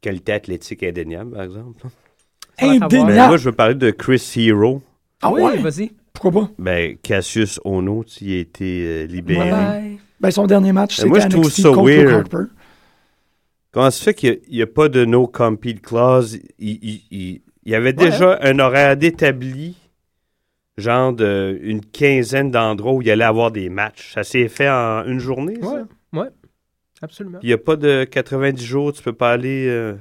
Speaker 10: qualité athlétique indéniable, par exemple.
Speaker 8: Ça va Indéniable.
Speaker 10: Mais Moi, je veux parler de Chris Hero.
Speaker 8: Ah
Speaker 11: oui,
Speaker 8: ouais?
Speaker 11: vas-y.
Speaker 8: Pourquoi pas?
Speaker 10: Ben, Cassius Ono, tu y a été euh, libéré.
Speaker 8: Ouais. Ben, son dernier match,
Speaker 10: Ben, moi,
Speaker 8: c'était
Speaker 10: je trouve
Speaker 8: NXT
Speaker 10: ça
Speaker 8: contre Luke
Speaker 10: weird.
Speaker 8: Harper.
Speaker 10: Comment ça fait qu'il n'y a, pas de no-compete clause? Il, il- il- il y avait déjà un horaire d'établi, genre de, une quinzaine d'endroits où il allait avoir des matchs. Ça s'est fait en une journée, ça?
Speaker 11: Ouais, ouais, absolument.
Speaker 10: Il n'y a pas de 90 jours, tu peux pas aller... euh,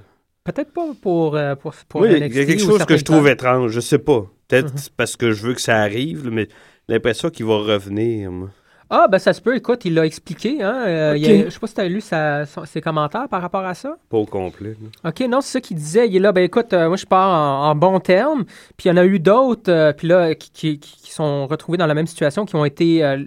Speaker 11: Peut-être pas pour, euh, pour, pour
Speaker 10: Moi, il y a
Speaker 11: NXT
Speaker 10: quelque
Speaker 11: ou Uh-huh.
Speaker 10: chose que je
Speaker 11: certains
Speaker 10: trouve
Speaker 11: temps.
Speaker 10: étrange, je sais pas. Peut-être parce que je veux que ça arrive, là, mais j'ai l'impression qu'il va revenir. moi.
Speaker 11: Ah, ben ça se peut, écoute, il l'a expliqué. Hein? euh, il y a-
Speaker 10: Ok.
Speaker 11: je sais pas si tu as lu sa- son- ses commentaires par rapport à ça.
Speaker 10: Pas au complet. là.
Speaker 11: OK, non, c'est ça qu'il disait. Il est là, ben écoute, euh, moi je pars en, en bon terme. Puis il y en a eu d'autres, euh, puis là, qui, qui- qui sont retrouvés dans la même situation, qui ont été euh,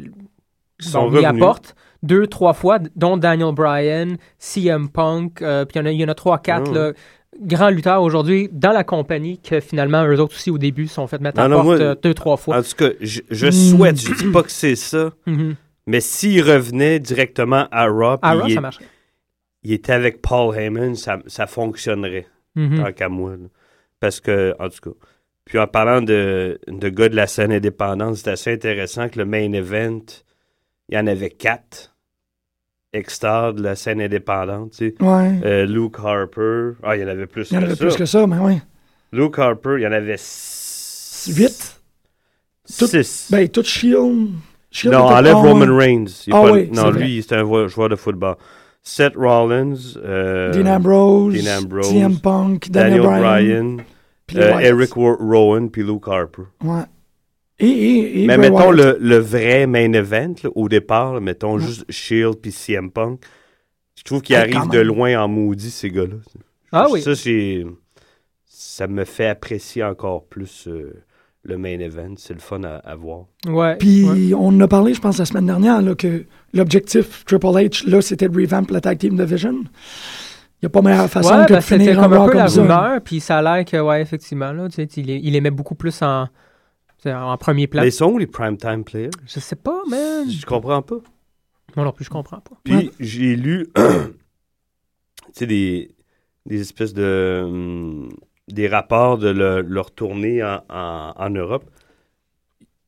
Speaker 10: Qui sont
Speaker 11: mis à
Speaker 10: revenus.
Speaker 11: porte deux, trois fois, dont Daniel Bryan, CM Punk, euh, puis il y en a- il y en a trois, quatre,
Speaker 10: Ah.
Speaker 11: là, grands lutteurs aujourd'hui dans la compagnie que finalement, eux autres aussi au début sont fait mettre à
Speaker 10: Non, non,
Speaker 11: porte
Speaker 10: moi-
Speaker 11: euh, deux, trois fois.
Speaker 10: En tout cas, je,
Speaker 8: Hmm.
Speaker 10: je souhaite, je dis pas que c'est ça,
Speaker 8: Mm-hmm.
Speaker 11: Mhm.
Speaker 10: mais s'il revenait directement à Raw,
Speaker 11: À
Speaker 10: puis
Speaker 11: Raw,
Speaker 10: il,
Speaker 11: ça
Speaker 10: est-
Speaker 11: marcherait.
Speaker 10: il était avec Paul Heyman, ça, ça fonctionnerait,
Speaker 8: Mm-hmm.
Speaker 11: Mhm.
Speaker 10: tant qu'à moi. là. Parce que, en tout cas, puis en parlant de, de gars de la scène indépendante, c'est assez intéressant que le main event, il y en avait quatre extars de la scène indépendante. tu sais.
Speaker 8: Ouais.
Speaker 10: Euh, Luke Harper, ah, il y en avait plus
Speaker 8: Il y en
Speaker 10: que
Speaker 8: avait
Speaker 10: ça.
Speaker 8: plus que ça, mais oui.
Speaker 10: Luke Harper, il y en avait six.
Speaker 8: Vite. Tout-
Speaker 10: Six.
Speaker 8: Ben, tout Shield. Shield
Speaker 10: non,
Speaker 8: était-
Speaker 10: enlève
Speaker 8: ah, ouais.
Speaker 10: Roman Reigns. Il est
Speaker 8: Ah
Speaker 10: pas-
Speaker 8: oui,
Speaker 10: non,
Speaker 8: c'est vrai.
Speaker 10: lui, c'est un vo- joueur de football. Seth Rollins, euh,
Speaker 8: Dean Ambrose,
Speaker 10: Dean Ambrose,
Speaker 8: CM Punk, Daniel Bryan, puis les
Speaker 10: euh,
Speaker 8: Wyatt.
Speaker 10: Eric Wa- Rowan, puis Luke Harper.
Speaker 8: Ouais. Et, et, et
Speaker 10: Mais
Speaker 8: Bray
Speaker 10: mettons
Speaker 8: Wyatt.
Speaker 10: le, le vrai main event là, au départ, là, mettons juste Shield puis CM Punk. Je trouve qu'ils
Speaker 8: Ah,
Speaker 10: arrivent
Speaker 8: quand
Speaker 10: de
Speaker 8: même.
Speaker 10: loin en maudit, ces gars-là.
Speaker 11: Ah
Speaker 10: Ça,
Speaker 11: oui.
Speaker 10: Ça, c'est- ça me fait apprécier encore plus euh, le main event. C'est le fun à, à voir.
Speaker 11: Ouais.
Speaker 8: Puis on en a parlé, je pense, la semaine dernière, là, que l'objectif Triple H, là, c'était de revamp la Tag Team Division. Il n'y a pas meilleure façon
Speaker 11: ouais,
Speaker 8: que
Speaker 11: ben,
Speaker 8: de
Speaker 11: c'était
Speaker 8: finir en
Speaker 11: comme un
Speaker 8: Raw
Speaker 11: peu la
Speaker 8: comme ça.
Speaker 11: rumeur, puis ça a l'air que, ouais, effectivement, là, tu sais, il, est- il les met beaucoup plus en, tu sais, en premier plan.
Speaker 10: Mais ils sont où les primetime players?
Speaker 11: Je sais pas, man.
Speaker 10: Je comprends pas.
Speaker 11: Moi non plus, je comprends pas.
Speaker 10: Puis j'ai lu, tu sais, des, des espèces de. hum, des rapports de le- leur tournée en, en- en Europe.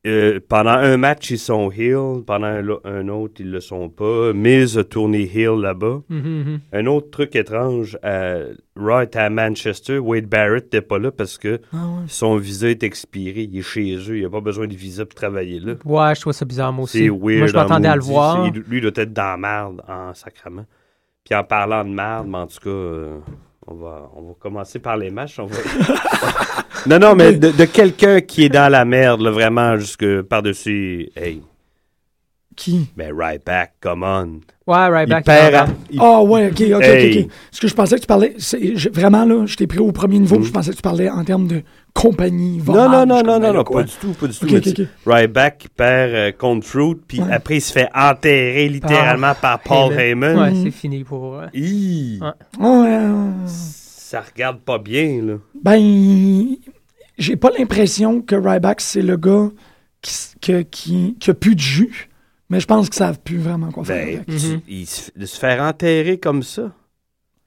Speaker 10: Euh, pendant un match, ils sont heel. Pendant un, lo- un autre, ils le sont pas. Miz a tourné heel là-bas.
Speaker 11: Mhm, mhm.
Speaker 10: Un autre truc étrange, euh, Raw était à Manchester. Wade Barrett n'était pas là parce que
Speaker 8: Ah ouais.
Speaker 10: son visa est expiré. Il est chez eux. Il n'a pas besoin de visa pour travailler là.
Speaker 11: Ouais, je trouve ça bizarre, moi aussi.
Speaker 10: C'est weird.
Speaker 11: moi, je
Speaker 10: en
Speaker 11: m'attendais à le
Speaker 10: maudit.
Speaker 11: voir.
Speaker 10: C'est- Lui, il doit être dans la merde en sacrament. Puis en parlant de merde, mais en tout cas, euh, on, va, on va commencer par les matchs. on va- non, non, mais de, de quelqu'un qui est dans la merde, là, vraiment, jusque par-dessus. Hey.
Speaker 8: Qui?
Speaker 10: Ben, right back, come on.
Speaker 11: Ouais, right back.
Speaker 10: il perd
Speaker 11: là,
Speaker 10: à-
Speaker 11: là.
Speaker 10: il-
Speaker 8: Ah ouais, ok, ok,
Speaker 10: Hey.
Speaker 8: ok, ok. Ce que je pensais que tu parlais, c'est j'ai- vraiment là, je t'ai pris au premier niveau, je pensais que tu parlais en termes de compagnie.
Speaker 10: Mm-hmm. Non,
Speaker 8: volante,
Speaker 10: non,
Speaker 8: je
Speaker 10: non, non,
Speaker 8: connais
Speaker 10: non, non,
Speaker 8: quoi.
Speaker 10: pas du tout, pas du tout.
Speaker 8: Ok,
Speaker 10: mais
Speaker 8: ok,
Speaker 10: tu-
Speaker 8: ok.
Speaker 10: Ryback qui perd euh, contre Fruit, puis
Speaker 8: Ouais.
Speaker 10: après il se fait enterrer littéralement par Paul Heyman.
Speaker 11: Ouais, c'est fini pour. euh,
Speaker 10: Hi,
Speaker 11: Ouais.
Speaker 8: Ouais, euh,
Speaker 10: Ça regarde pas bien, là.
Speaker 8: ben, j'ai pas l'impression que Ryback, c'est le gars qui, s- que- qui, qui a plus de jus, mais je pense qu'ils savent plus vraiment quoi faire.
Speaker 10: Ben,
Speaker 8: avec.
Speaker 10: tu- il se- de se faire enterrer comme ça.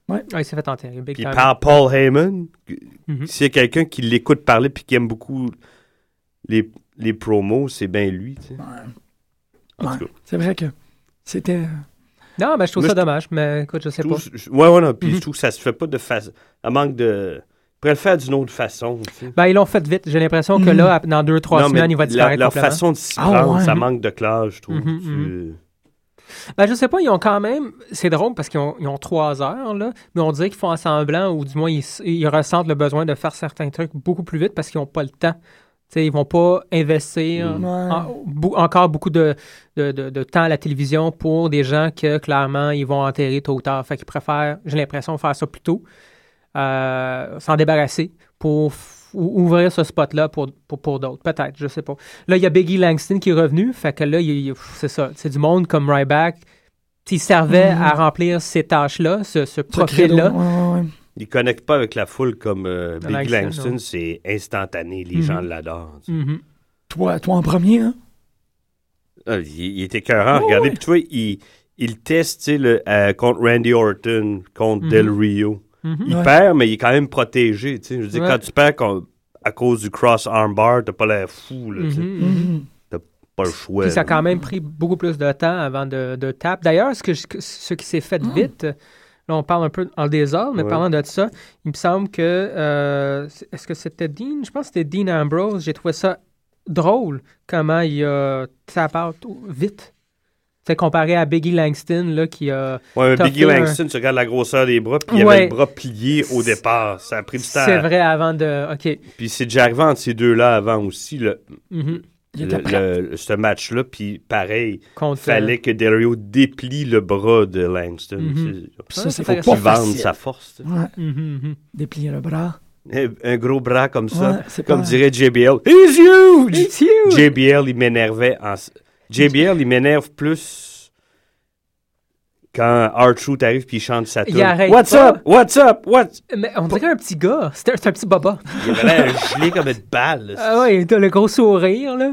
Speaker 11: Ouais, Ah, il s'est fait enterrer. Big
Speaker 10: Puis
Speaker 11: time.
Speaker 10: par Paul Heyman, que-
Speaker 11: Mhm.
Speaker 10: s'il y a quelqu'un qui l'écoute parler puis qui aime beaucoup les, les promos, c'est bien lui. tu sais. En
Speaker 8: Ouais.
Speaker 10: tout cas,
Speaker 8: C'est vrai que c'était.
Speaker 11: Non, mais je trouve
Speaker 10: Moi,
Speaker 11: ça
Speaker 10: je-
Speaker 11: dommage, mais écoute, je sais
Speaker 10: je
Speaker 11: pas.
Speaker 10: trouve- je- ouais, ouais, non, puis
Speaker 11: Mhm.
Speaker 10: je trouve que ça se fait pas de façon. À manque de. On pourrait le faire d'une autre façon. tu sais.
Speaker 11: Ben, ils l'ont fait vite. J'ai l'impression que
Speaker 8: Mhm.
Speaker 11: là, ap- dans deux, trois
Speaker 10: Non, mais
Speaker 11: semaines, il va
Speaker 10: la-
Speaker 11: disparaître.
Speaker 10: Leur
Speaker 11: complètement.
Speaker 10: façon de s'y
Speaker 8: Ah,
Speaker 10: prendre,
Speaker 8: ouais.
Speaker 10: ça manque de classe, je trouve.
Speaker 11: Mhm,
Speaker 10: Tu-
Speaker 11: Ben, je sais pas, ils ont quand même. C'est drôle parce qu'ils ont, ils ont trois heures, là, mais on dirait qu'ils font un semblant ou du moins ils, s- ils ressentent le besoin de faire certains trucs beaucoup plus vite parce qu'ils n'ont pas le temps. Tu sais, ils vont pas investir
Speaker 8: Ouais.
Speaker 11: en- bou- encore beaucoup de, de, de- de temps à la télévision pour des gens que clairement ils vont enterrer tôt ou tard. Fait qu'ils préfèrent, j'ai l'impression, faire ça plus tôt. euh, s'en débarrasser pour ou- ouvrir ce spot-là pour, pour, pour d'autres, peut-être, je sais pas. Là, il y a Biggie Langston qui est revenu, fait que là, il- il- pff, c'est ça, c'est du monde comme Ryback qui servait
Speaker 8: Mhm.
Speaker 11: à remplir ces tâches-là, ce, ce
Speaker 8: credo,
Speaker 11: profil-là.
Speaker 8: ouais, ouais, ouais.
Speaker 10: Il connecte pas avec la foule comme euh, Big
Speaker 11: Langston,
Speaker 10: Langston.
Speaker 11: non.
Speaker 10: C'est instantané. Les
Speaker 11: Mhm.
Speaker 10: gens l'adorent.
Speaker 11: Mhm.
Speaker 8: Toi, toi en premier, hein?
Speaker 10: Euh, Il, il est écœurant. Regardez, puis tu vois, il, il teste tu sais, le, euh, contre Randy Orton, contre
Speaker 11: Mhm.
Speaker 10: Del Rio.
Speaker 11: Mhm.
Speaker 10: Il
Speaker 11: Ouais.
Speaker 10: perd, mais il est quand même protégé. tu sais. Je veux dire,
Speaker 11: Ouais.
Speaker 10: quand tu perds con- à cause du cross armbar, t'as pas l'air fou. là, tu sais.
Speaker 11: Mhm, mhm.
Speaker 10: T'as pas le choix.
Speaker 11: Puis ça a
Speaker 10: là.
Speaker 11: quand même pris beaucoup plus de temps avant de, de taper. D'ailleurs, ce, que je- ce qui s'est fait vite, là, on parle un peu en désordre, mais
Speaker 10: Ouais.
Speaker 11: parlant de ça, il me semble que. euh, c'est- Est-ce que c'était Dean Je pense que c'était Dean Ambrose. J'ai trouvé ça drôle comment il a tapé out vite. C'est comparé à Biggie Langston, là, qui a.
Speaker 10: Ouais, mais
Speaker 11: tapé
Speaker 10: Biggie
Speaker 11: un-
Speaker 10: Langston, tu regardes la grosseur des bras, puis il
Speaker 11: Ouais.
Speaker 10: avait le bras plié au départ. Ça a pris du temps.
Speaker 11: C'est vrai avant de. euh, OK.
Speaker 10: Puis c'est déjà arrivé entre ces deux-là avant aussi. Le,
Speaker 11: Mhm. Il
Speaker 10: le-
Speaker 11: était prêt.
Speaker 10: le- ce match-là, puis pareil, il
Speaker 11: Contre,
Speaker 10: fallait que Del Rio déplie le bras de Langston.
Speaker 11: Mhm.
Speaker 10: C'est-
Speaker 8: Puis ça, c'est
Speaker 10: faut
Speaker 8: pas
Speaker 10: qu'il vende
Speaker 8: facile.
Speaker 10: sa force. tu sais.
Speaker 8: Ouais.
Speaker 11: Mhm, mhm.
Speaker 8: Déplier le bras.
Speaker 10: Un- Un gros bras comme ça.
Speaker 8: Ouais, c'est
Speaker 10: comme
Speaker 8: pas-
Speaker 10: dirait JBL. He's huge!
Speaker 11: It's huge!
Speaker 10: JBL, il m'énervait. En... JBL, il m'énerve plus quand R-Truth arrive puis il chante sa
Speaker 11: Il
Speaker 10: tune.
Speaker 11: arrête
Speaker 10: What's
Speaker 11: pas.
Speaker 10: up? What's up? What's...
Speaker 11: Mais on dirait un petit gars. C'était c'était un petit baba.
Speaker 10: Il avait l'air gelé comme une balle. là.
Speaker 11: Ah ouais, t'as le gros sourire, là.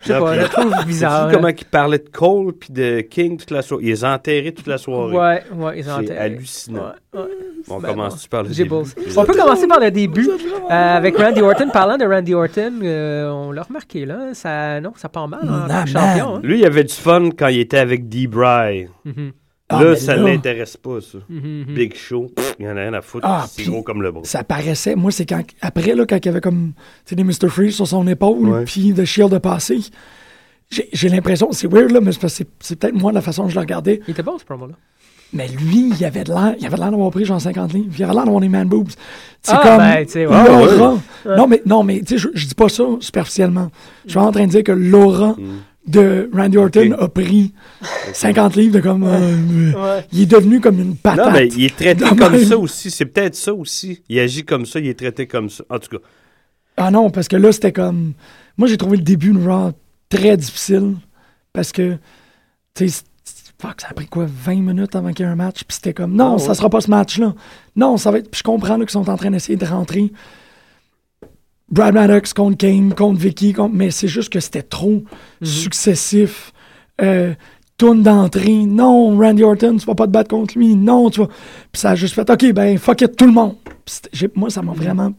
Speaker 11: Je sais
Speaker 10: Là,
Speaker 11: pas,
Speaker 10: puis
Speaker 11: je
Speaker 10: là,
Speaker 11: le trouve bizarre.
Speaker 10: sais-tu comment il parlait de Cole puis de King toute la soirée? Il les a enterrés toute la soirée.
Speaker 11: Ouais, ouais, ils ont
Speaker 10: C'est
Speaker 11: enterré.
Speaker 10: hallucinant.
Speaker 11: Ouais, ouais.
Speaker 10: On
Speaker 11: Ben
Speaker 10: commence tu par le
Speaker 11: J'ai
Speaker 10: début?
Speaker 11: beau- On peut commencer par le début euh, avec Randy Orton. Parlant de Randy Orton, euh, on l'a remarqué là, ça, non, ça part mal en
Speaker 8: Ah,
Speaker 11: tant que champion. hein.
Speaker 10: Lui, il avait du fun quand il était avec D. Bry.
Speaker 11: Mhm.
Speaker 8: Ah,
Speaker 10: Là,
Speaker 8: mais
Speaker 10: ça
Speaker 8: là-
Speaker 10: ne l'intéresse pas, ça.
Speaker 11: Mhm, mhm.
Speaker 10: Big Show, pff, il y en a rien à foutre.
Speaker 8: Ah,
Speaker 10: c'est
Speaker 8: puis
Speaker 10: gros comme le bras.
Speaker 8: Ça paraissait, moi, c'est quand, après, là, quand il y avait comme, tu sais, des Mr. Freeze sur son épaule,
Speaker 10: Ouais.
Speaker 8: puis The Shield a passé, j'ai j'ai l'impression, c'est weird, là, mais c'est parce que c'est c'est peut-être moi, la façon dont je le regardais,
Speaker 11: Il était bon ce promo là.
Speaker 8: mais lui, il avait de l'air, il avait de l'air d'avoir pris genre 50 livres, il avait l'air d'avoir des man boobs. C'est
Speaker 11: Ah,
Speaker 8: comme,
Speaker 11: ben, tu sais, ouais.
Speaker 8: l'aura, non, mais, non, mais, tu sais, je, je dis pas ça superficiellement. Je suis en train de dire que l'aura de Randy Orton
Speaker 10: Mm. Ok.
Speaker 8: a pris 50 livres de comme, euh, il est devenu comme une patate.
Speaker 10: Non, mais il est traité
Speaker 8: De
Speaker 10: comme
Speaker 8: même.
Speaker 10: ça aussi. C'est peut-être ça aussi. Il agit comme ça, il est traité comme ça. En tout cas,
Speaker 8: Ah non, parce que là, c'était comme. Moi, j'ai trouvé le début de Raw très difficile. Parce que. Tu sais, c'est- c'est- fuck, ça a pris quoi, 20 minutes avant qu'il y ait un match? Puis c'était comme. Non,
Speaker 10: Ah ouais.
Speaker 8: ça sera pas ce match-là. Non, ça va être. Puis je comprends là, qu'ils sont en train d'essayer de rentrer. Brad Maddox contre Kane, contre Vicky, contre- mais c'est juste que c'était trop
Speaker 11: Mhm.
Speaker 8: successif. Euh, tourne d'entrée. Non, Randy Orton, tu vas pas te battre contre lui. Non, tu vas. Puis ça a juste fait, OK, ben, fuck it, tout le monde. Puis c'était- j'ai- moi, ça m'a vraiment.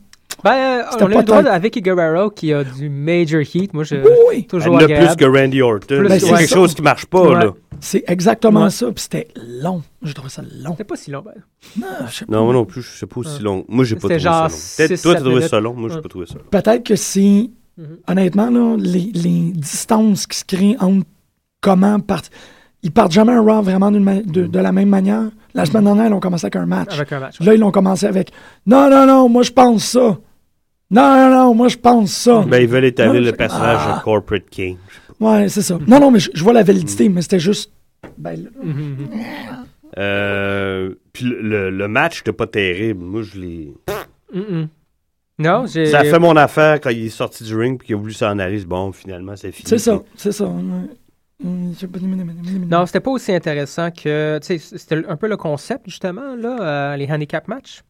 Speaker 11: Ben, euh,
Speaker 8: C'était
Speaker 11: on a
Speaker 8: pas
Speaker 11: le droit
Speaker 8: tant-
Speaker 11: à Vicky Guerrero qui a du major heat. Moi, je
Speaker 8: Oui.
Speaker 11: euh, toujours
Speaker 10: il a plus
Speaker 11: agréable.
Speaker 10: que Randy Orton.
Speaker 11: Plus-
Speaker 10: c'est
Speaker 8: ouais.
Speaker 10: quelque chose qui marche pas,
Speaker 11: Ouais.
Speaker 10: là.
Speaker 8: C'est exactement
Speaker 11: Ouais.
Speaker 8: ça. Puis c'était long. Je trouvais ça long.
Speaker 11: C'était pas si long. ben.
Speaker 8: Ah, je sais
Speaker 10: Non,
Speaker 8: pas.
Speaker 10: moi non plus, je sais pas aussi long. Moi, j'ai pas
Speaker 11: Ah. C'était
Speaker 10: trouvé
Speaker 11: genre
Speaker 10: ça long. Peut-être
Speaker 11: six,
Speaker 10: toi, t'as
Speaker 11: sept
Speaker 10: trouvé ça
Speaker 11: minutes.
Speaker 10: long. Moi, j'ai
Speaker 11: Ouais.
Speaker 10: pas trouvé ça long.
Speaker 8: Peut-être que c'est.
Speaker 11: Mm-hmm.
Speaker 8: Honnêtement, là, les, les distances qui se créent entre comment partent. Ils partent jamais un Raw vraiment d'une ma- de, de la même manière. La semaine dernière, ils ont commencé avec un match.
Speaker 11: Avec un match, ouais.
Speaker 8: Là, ils l'ont commencé avec Non, non, non, moi je pense ça. Non, non, non, moi je pense ça.
Speaker 10: Ben, ils veulent établir
Speaker 8: Non,
Speaker 10: le
Speaker 8: je-
Speaker 10: personnage
Speaker 8: Ah.
Speaker 10: de Corporate King.
Speaker 8: Ouais, c'est ça. Non, non, mais je je vois la
Speaker 10: Mm.
Speaker 8: validité, mais c'était juste. Ben, là,
Speaker 10: Euh, puis le, le- le match, c'était pas terrible. Moi, je l'ai.
Speaker 11: Mhm. Non, j'ai.
Speaker 10: Ça a fait mon affaire quand il est sorti du ring puis qu'il a voulu s'en aller. Bon, finalement, c'est fini.
Speaker 8: c'est ça, c'est ça. Hum, hum, je sais pas.
Speaker 11: Non, c'était pas aussi intéressant que. Tu sais, c'était un peu le concept, justement, là, euh, les handicap matchs.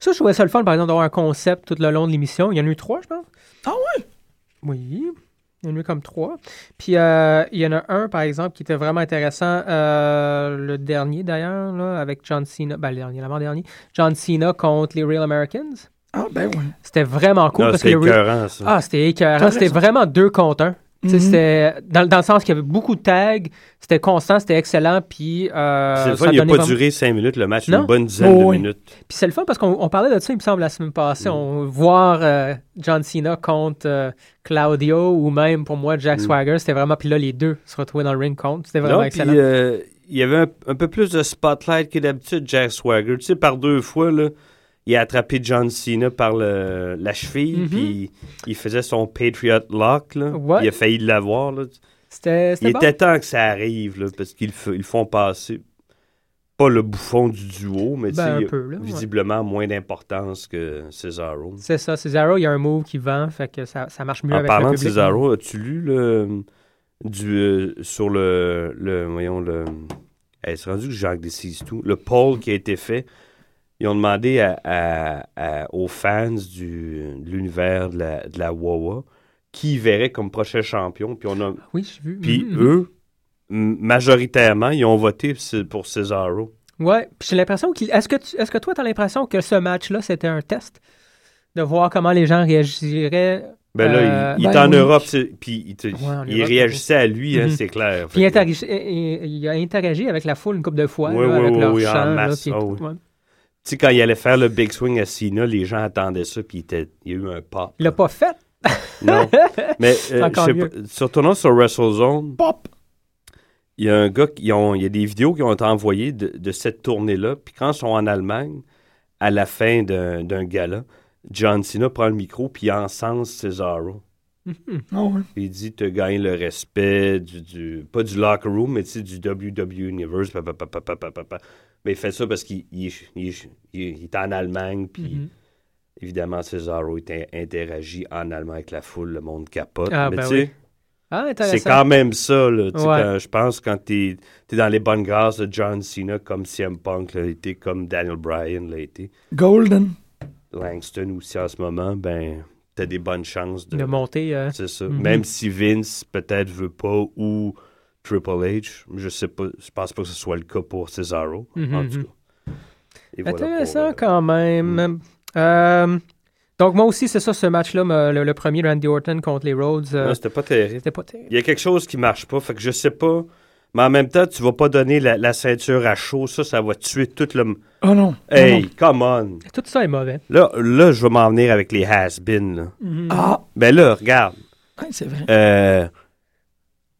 Speaker 11: Ça, je trouvais ça le fun, par exemple, d'avoir un concept tout le long de l'émission. Il y en a eu trois, je pense.
Speaker 8: Ah ouais?
Speaker 11: Oui. Il y en a eu comme trois. Puis, euh, il y en a un, par exemple, qui était vraiment intéressant. euh, le dernier, d'ailleurs, là, avec John Cena. Ben, le dernier, l'avant-dernier. John Cena contre les Real Americans.
Speaker 8: Ah, ben ouais.
Speaker 11: C'était vraiment cool.
Speaker 10: Non,
Speaker 11: parce que
Speaker 10: c'était
Speaker 11: les Real-
Speaker 10: écœurant, ça.
Speaker 11: ah, c'était
Speaker 8: T'as
Speaker 11: écœurant. C'était
Speaker 8: raison.
Speaker 11: vraiment deux contre un. Tu sais,
Speaker 8: Mhm.
Speaker 11: C'était dans, dans le sens qu'il y avait beaucoup de tags, c'était constant, c'était excellent, puis euh,
Speaker 10: C'est le fun,
Speaker 11: ça
Speaker 10: il n'a
Speaker 11: donnait
Speaker 10: pas
Speaker 11: vraiment-
Speaker 10: duré 5 minutes le match,
Speaker 11: Non.
Speaker 10: une bonne dizaine
Speaker 8: Oh,
Speaker 10: de
Speaker 8: oui.
Speaker 10: minutes.
Speaker 11: Puis c'est le fun parce qu'on on parlait de ça, il me semble, la semaine passée,
Speaker 10: Mhm.
Speaker 11: on voir euh, John Cena contre euh, Claudio ou même pour moi Jack Swagger, c'était vraiment puis là les deux se retrouvaient dans le ring contre, c'était vraiment
Speaker 10: Mhm. Non, puis
Speaker 11: excellent.
Speaker 10: euh, il y avait un, un peu plus de spotlight que d'habitude, Jack Swagger. Tu sais, par deux fois, là, il a attrapé John Cena par le- la cheville,
Speaker 11: Mhm.
Speaker 10: puis il faisait son Patriot Lock. Là.
Speaker 11: Ouais.
Speaker 10: Il a failli l'avoir. là.
Speaker 11: C'était
Speaker 10: Il
Speaker 11: c'était bon.
Speaker 10: était temps que ça arrive, là, parce qu'ils le f- ils le font passer. pas le bouffon du duo, mais
Speaker 11: Ben,
Speaker 10: tu sais,
Speaker 11: un peu, là, ouais.
Speaker 10: visiblement moins d'importance que Cesaro.
Speaker 11: C'est ça, Cesaro, il y a un move qui vend, fait que ça, ça marche mieux
Speaker 10: En
Speaker 11: avec
Speaker 10: parlant
Speaker 11: le
Speaker 10: de
Speaker 11: public.
Speaker 10: Cesaro, as-tu lu le, du, euh, sur le, le. Voyons, le. Hey, c'est rendu que Jacques décise tout. Le poll qui a été fait. Ils ont demandé à- à- à- aux fans du, de l'univers de la, de la Wawa qui verrait comme prochain champion. Puis on a.
Speaker 11: Oui, j'ai vu.
Speaker 10: Puis
Speaker 11: Mhm.
Speaker 10: eux, m- majoritairement, ils ont voté c- pour Cesaro.
Speaker 11: Ouais, puis j'ai l'impression qu'il. Est-ce que, tu... Est-ce que toi, t'as l'impression que ce match-là, c'était un test de voir comment les gens réagiraient?
Speaker 10: Ben là, il-
Speaker 11: euh,
Speaker 10: il, est
Speaker 11: ben
Speaker 10: en
Speaker 11: oui.
Speaker 10: Europe, c'est- puis il, te-
Speaker 11: en
Speaker 10: il
Speaker 11: Europe,
Speaker 10: réagissait à lui, hein,
Speaker 11: Mhm.
Speaker 10: c'est clair.
Speaker 11: Puis il,
Speaker 10: Fait que-
Speaker 11: interagi- il- il a interagi avec la foule une couple de fois,
Speaker 10: Oui,
Speaker 11: là,
Speaker 10: oui,
Speaker 11: avec
Speaker 10: oui,
Speaker 11: leur
Speaker 10: oui, en
Speaker 11: chant. là,
Speaker 10: masse,
Speaker 11: puis-
Speaker 10: ah oui.
Speaker 11: ouais.
Speaker 10: Tu sais, quand il allait faire le big swing à Cena, les gens attendaient ça, puis il, était- il y a eu un pas.
Speaker 11: Il l'a pas fait.
Speaker 10: Non. Mais
Speaker 11: C'est
Speaker 10: euh,
Speaker 11: encore
Speaker 10: je sais
Speaker 11: mieux.
Speaker 10: pas, sur ton nom sur WrestleZone,
Speaker 8: Pop!
Speaker 10: il y a un gars, qui- ils ont- il y a des vidéos qui ont été envoyées de, de cette tournée-là. Puis quand ils sont en Allemagne, à la fin d'un d'un gala, John Cena prend le micro, puis il encense Cesaro.
Speaker 8: Ah ouais.
Speaker 11: Mm-hmm.
Speaker 10: Il dit te gagnes le respect du, du- pas du locker room, mais tu sais, du WWE Universe. pa, pa, pa, pa, pa, pa, pa, pa. Mais il fait ça parce qu'il il est- il est- il est il est en Allemagne, puis
Speaker 11: Mhm.
Speaker 10: évidemment, Cesaro est in- interagi en allemand avec la foule, le monde capote.
Speaker 11: Ah,
Speaker 10: mais
Speaker 11: ben
Speaker 10: tu sais,
Speaker 11: oui. Ah, intéressant.
Speaker 10: c'est quand même ça, là, tu sais,
Speaker 11: Ouais.
Speaker 10: quand- je pense, quand t'es es dans les bonnes grâces de John Cena, comme CM Punk l'a été, comme Daniel Bryan l'a été,
Speaker 8: Golden.
Speaker 10: Langston aussi en ce moment, ben, t'as des bonnes chances de,
Speaker 11: De monter. euh,
Speaker 10: c'est ça.
Speaker 11: Mhm.
Speaker 10: Même si Vince peut-être veut pas ou Triple H, je sais pas, je pense pas que ce soit le cas pour Cesaro en
Speaker 11: Mhm,
Speaker 10: tout cas. Et voilà pour- euh, Hmm.
Speaker 11: Intéressant quand même. Euh, donc, moi aussi, c'est ça, ce match-là, me- le, le premier Randy Orton contre les Rhodes. euh,
Speaker 10: Non, c'était pas terrible.
Speaker 11: c'était pas terrible.
Speaker 10: Il y a quelque chose qui marche pas, fait que je sais pas. Mais en même temps, tu vas pas donner la, la ceinture à chaud, ça, ça va tuer tout le.
Speaker 8: Oh non.
Speaker 10: Hey,
Speaker 8: non.
Speaker 10: come on.
Speaker 11: Tout ça est mauvais. Mm.
Speaker 10: Là, là, je vais m'en venir avec les has-beens. là.
Speaker 8: Ah,
Speaker 10: Ben là, regarde.
Speaker 8: ouais, c'est vrai.
Speaker 10: Euh,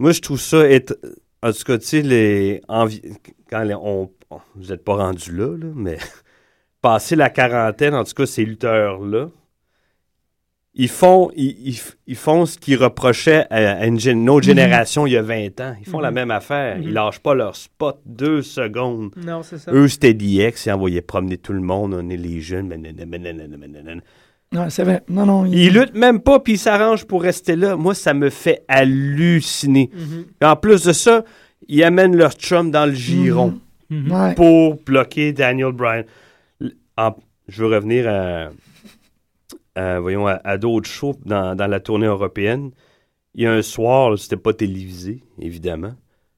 Speaker 10: moi, je trouve ça être. En tout cas, tu sais, les. envi- Quand les- on, on- vous n'êtes pas rendu là, là, mais passer la quarantaine, en tout cas, ces lutteurs-là, ils font, ils, ils f- ils font ce qu'ils reprochaient à, à une gén- une autre
Speaker 11: Mhm.
Speaker 10: génération il y a 20 ans. Ils font la même affaire. Ils lâchent pas leur spot deux secondes.
Speaker 11: Non, Mhm. c'est ça.
Speaker 10: Eux, c'était DX, ils envoyaient promener tout le monde, on est les jeunes. nanana, nanana, nanana.
Speaker 8: Ouais, c'est vrai. Non, non. il-
Speaker 10: Il lutte même pas, puis il s'arrange pour rester là. Moi, ça me fait halluciner. Puis En plus de ça, ils amènent leur chum dans le giron
Speaker 8: Mm-hmm. Ouais.
Speaker 10: pour bloquer Daniel Bryan. L- en- je veux revenir à, à- voyons, à, à d'autres shows dans, dans la tournée européenne. Il y a un soir, là, c'était pas télévisé, évidemment.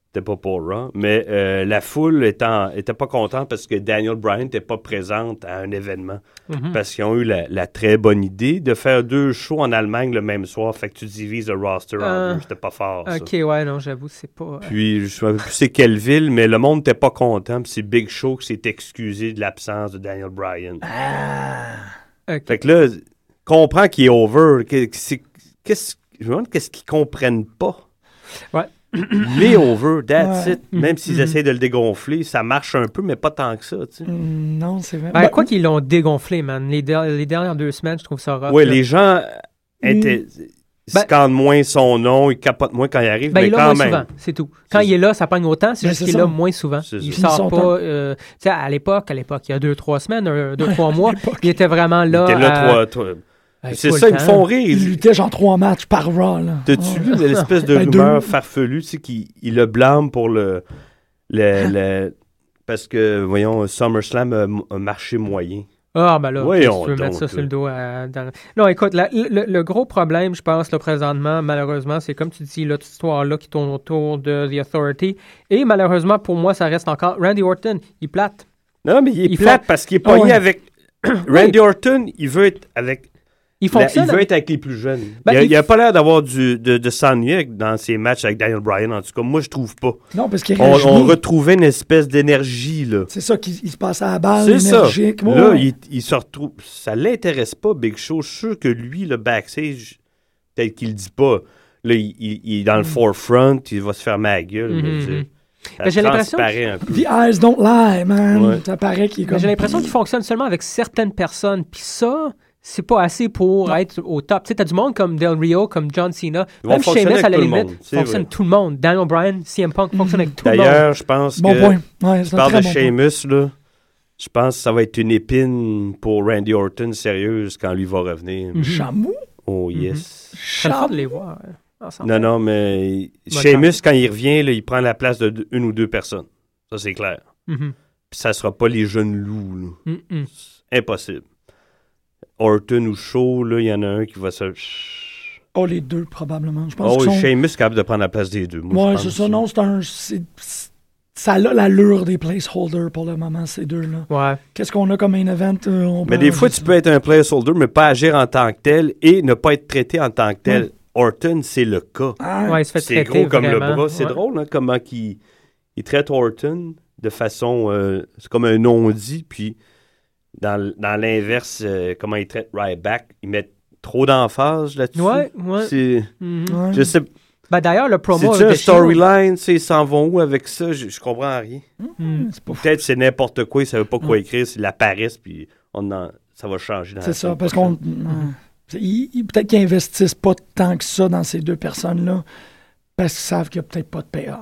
Speaker 10: C'était pas pour Raw. Mais euh, la foule étant, était pas contente parce que Daniel Bryan n'était pas présente à un événement.
Speaker 11: Mm-hmm.
Speaker 10: Parce qu'ils ont eu la, la très bonne idée de faire deux shows en Allemagne le même soir. Fait que tu divises le roster en
Speaker 11: Euh,
Speaker 10: deux. C'était pas fort, ça.
Speaker 11: Ok, ouais, non, j'avoue, c'est pas.
Speaker 10: Puis, je ne sais plus c'est quelle ville, mais le monde n'était pas content. Puis c'est Big Show qui s'est excusé de l'absence de Daniel Bryan.
Speaker 11: Ah. Ok.
Speaker 10: Fait que là, comprends qu'il est over. Que- que c'est- qu'est-ce- je me demande qu'est-ce qu'ils comprennent pas.
Speaker 11: Ouais. Mm-hmm.
Speaker 10: Il est over, that's
Speaker 8: Ouais.
Speaker 10: it. Même s'ils essayent de le dégonfler, ça marche un peu, mais pas tant que ça. tu sais.
Speaker 8: Mm, Non, c'est vrai.
Speaker 11: Ben,
Speaker 8: Ben,
Speaker 11: quoi qu'ils l'ont dégonflé, man. Les, der- les dernières deux semaines, je trouve ça rough.
Speaker 10: Ouais,
Speaker 11: là.
Speaker 10: les gens étaient,
Speaker 11: Mm. Ben-
Speaker 10: scandent moins son nom, ils capotent moins quand il arrive,
Speaker 11: Ben,
Speaker 10: mais
Speaker 11: il est là moins
Speaker 10: quand même.
Speaker 11: souvent, c'est tout. Quand il est là, ça pogne autant, c'est
Speaker 8: Ben,
Speaker 11: juste
Speaker 8: c'est
Speaker 11: qu'il est là
Speaker 8: ça.
Speaker 11: moins souvent.
Speaker 10: C'est
Speaker 11: Il
Speaker 10: ça.
Speaker 8: Ils
Speaker 11: sort
Speaker 8: sont
Speaker 11: pas.
Speaker 8: temps.
Speaker 11: euh, tu sais, à l'époque, à l'époque, il y a deux, trois semaines, un- deux, trois mois, il était vraiment
Speaker 10: Il
Speaker 11: là.
Speaker 10: était là
Speaker 11: à-
Speaker 10: trois- trois-
Speaker 11: à
Speaker 10: C'est
Speaker 11: tout le
Speaker 10: ça, ils me
Speaker 11: temps.
Speaker 10: font rire.
Speaker 8: il
Speaker 10: Ils-
Speaker 8: luttait genre trois matchs par Raw, là.
Speaker 10: T'as-tu
Speaker 8: Ouais.
Speaker 10: vu l'espèce de
Speaker 8: Ben,
Speaker 11: Mm.
Speaker 10: rumeur
Speaker 8: deux.
Speaker 10: farfelue, tu sais, qu'il il le blâme pour le,
Speaker 11: Ah.
Speaker 10: le, le- Parce que, voyons, SummerSlam a, a marché moyen.
Speaker 11: Ah, ben là,
Speaker 10: Voyons
Speaker 11: tu veux mettre
Speaker 10: donc,
Speaker 11: ça sur
Speaker 10: là.
Speaker 11: le dos. à- dans- Non, écoute, la- le, le gros problème, je pense, là, présentement, malheureusement, c'est comme tu dis, là, toute cette histoire-là qui tourne autour de The Authority. Et malheureusement, pour moi, ça reste encore. Randy Orton, il plate.
Speaker 10: Non, mais il est
Speaker 11: Il
Speaker 10: plate
Speaker 11: fait-
Speaker 10: parce qu'il est pogné
Speaker 11: ouais.
Speaker 10: avec... Randy Orton, il veut être avec...
Speaker 11: Il
Speaker 10: la-
Speaker 11: fonctionne.
Speaker 10: il veut être avec les plus jeunes.
Speaker 11: Ben,
Speaker 10: il, a,
Speaker 11: il-
Speaker 10: il a pas l'air d'avoir du- de, de s'ennuyer avec- dans ses matchs avec Daniel Bryan, en tout cas. Moi, je trouve pas.
Speaker 8: Non, parce qu'il
Speaker 10: On, on
Speaker 8: réagit.
Speaker 10: retrouvait une espèce d'énergie, là.
Speaker 8: C'est ça qu'il il se passe à la balle,
Speaker 10: C'est ça.
Speaker 8: énergique. Ouais,
Speaker 10: Là,
Speaker 8: ouais.
Speaker 10: il, il se retrouve. Ça l'intéresse pas, Big Show. Je suis sûr que lui, le backstage, peut-être qu'il le dit pas. Là, il, il- il est dans le
Speaker 11: Mm.
Speaker 10: forefront, il va se fermer la gueule.
Speaker 11: Mhm.
Speaker 10: mais tu sais, ça
Speaker 11: Ben, j'ai l'impression
Speaker 10: transparaît un peu.
Speaker 8: The eyes don't lie, man.
Speaker 10: Ouais.
Speaker 8: Ça paraît qu'il est
Speaker 11: Mais
Speaker 8: comme...
Speaker 11: J'ai l'impression qu'il fonctionne seulement avec certaines personnes. Puis ça, c'est pas assez pour être au top. Tu sais, t'as du monde comme Del Rio, comme John Cena,
Speaker 10: Ils vont
Speaker 11: même
Speaker 10: fonctionner
Speaker 11: Sheamus à la
Speaker 10: avec tout le
Speaker 11: limite,
Speaker 10: monde, c'est
Speaker 11: fonctionne
Speaker 10: vrai.
Speaker 11: tout le monde. Daniel Bryan, CM
Speaker 8: Mm-hmm.
Speaker 11: Punk fonctionne avec tout le monde.
Speaker 10: D'ailleurs, je pense
Speaker 11: Bon
Speaker 10: que.
Speaker 11: point. Ouais, c'est
Speaker 10: tu
Speaker 11: un
Speaker 10: parles
Speaker 11: très
Speaker 10: Euh, de
Speaker 11: bon
Speaker 10: Sheamus, là. Je pense que ça va être une épine pour Randy Orton sérieuse quand lui va revenir.
Speaker 11: Mhm. Chamou?
Speaker 10: Oh yes.
Speaker 11: C'est le fun de les voir euh, ensemble.
Speaker 10: Non, non, mais
Speaker 11: Bonne
Speaker 10: Sheamus, quand il revient, là, il prend la place de deux- une ou deux personnes. Ça, c'est clair.
Speaker 8: Mm-hmm.
Speaker 11: Mhm.
Speaker 10: Puis ça sera pas les jeunes loups. là.
Speaker 11: Mm-mm.
Speaker 10: C'est Impossible. Orton ou Shaw, là, il y en a un qui va se.
Speaker 8: Oh, les deux, probablement. Je pense
Speaker 10: Oh,
Speaker 8: qu'ils sont-
Speaker 10: Sheamus est capable de prendre la place des deux. Moi,
Speaker 8: Ouais,
Speaker 10: je
Speaker 8: c'est
Speaker 10: pense.
Speaker 8: ça. Non, c'est un. c'est- c'est- Ça a l'allure des placeholders pour le moment, ces deux-là.
Speaker 11: Ouais.
Speaker 8: Qu'est-ce qu'on a comme main event? euh, on
Speaker 10: Mais
Speaker 8: peut-
Speaker 10: des fois, tu peux être un placeholder, mais pas agir en tant que tel et ne pas être traité en tant que tel. Orton, c'est le cas.
Speaker 11: Ah. Ouais, il se fait
Speaker 10: c'est
Speaker 11: traiter
Speaker 10: gros comme le
Speaker 11: vraiment.
Speaker 10: bras. C'est
Speaker 11: Ouais.
Speaker 10: drôle, hein, comment qu'il- il traite Orton de façon. euh, c'est comme un non-dit, puis dans, l- dans l'inverse, euh, comment il traite Ryback, ils mettent trop d'emphase là-dessus.
Speaker 11: Ouais, ouais.
Speaker 10: C'est-
Speaker 11: Mhm. Ouais.
Speaker 10: Je sais.
Speaker 11: Ben, d'ailleurs, le promo
Speaker 10: C'est
Speaker 11: de
Speaker 10: un
Speaker 11: Shield-
Speaker 10: storyline, tu sais, ils s'en vont où avec ça Je, je comprends rien.
Speaker 11: Mhm.
Speaker 10: Peut-être c'est n'importe quoi, ils ne savaient pas quoi
Speaker 8: Ouais.
Speaker 10: écrire, c'est la paresse, puis on en- ça va changer. dans la
Speaker 8: C'est ça,
Speaker 10: semaine
Speaker 8: parce
Speaker 10: prochaine.
Speaker 8: qu'on. ouais. C'est- ils- ils- Peut-être qu'ils investissent pas tant que ça dans ces deux personnes-là, parce qu'ils savent qu'il n'y a peut-être pas de payoff.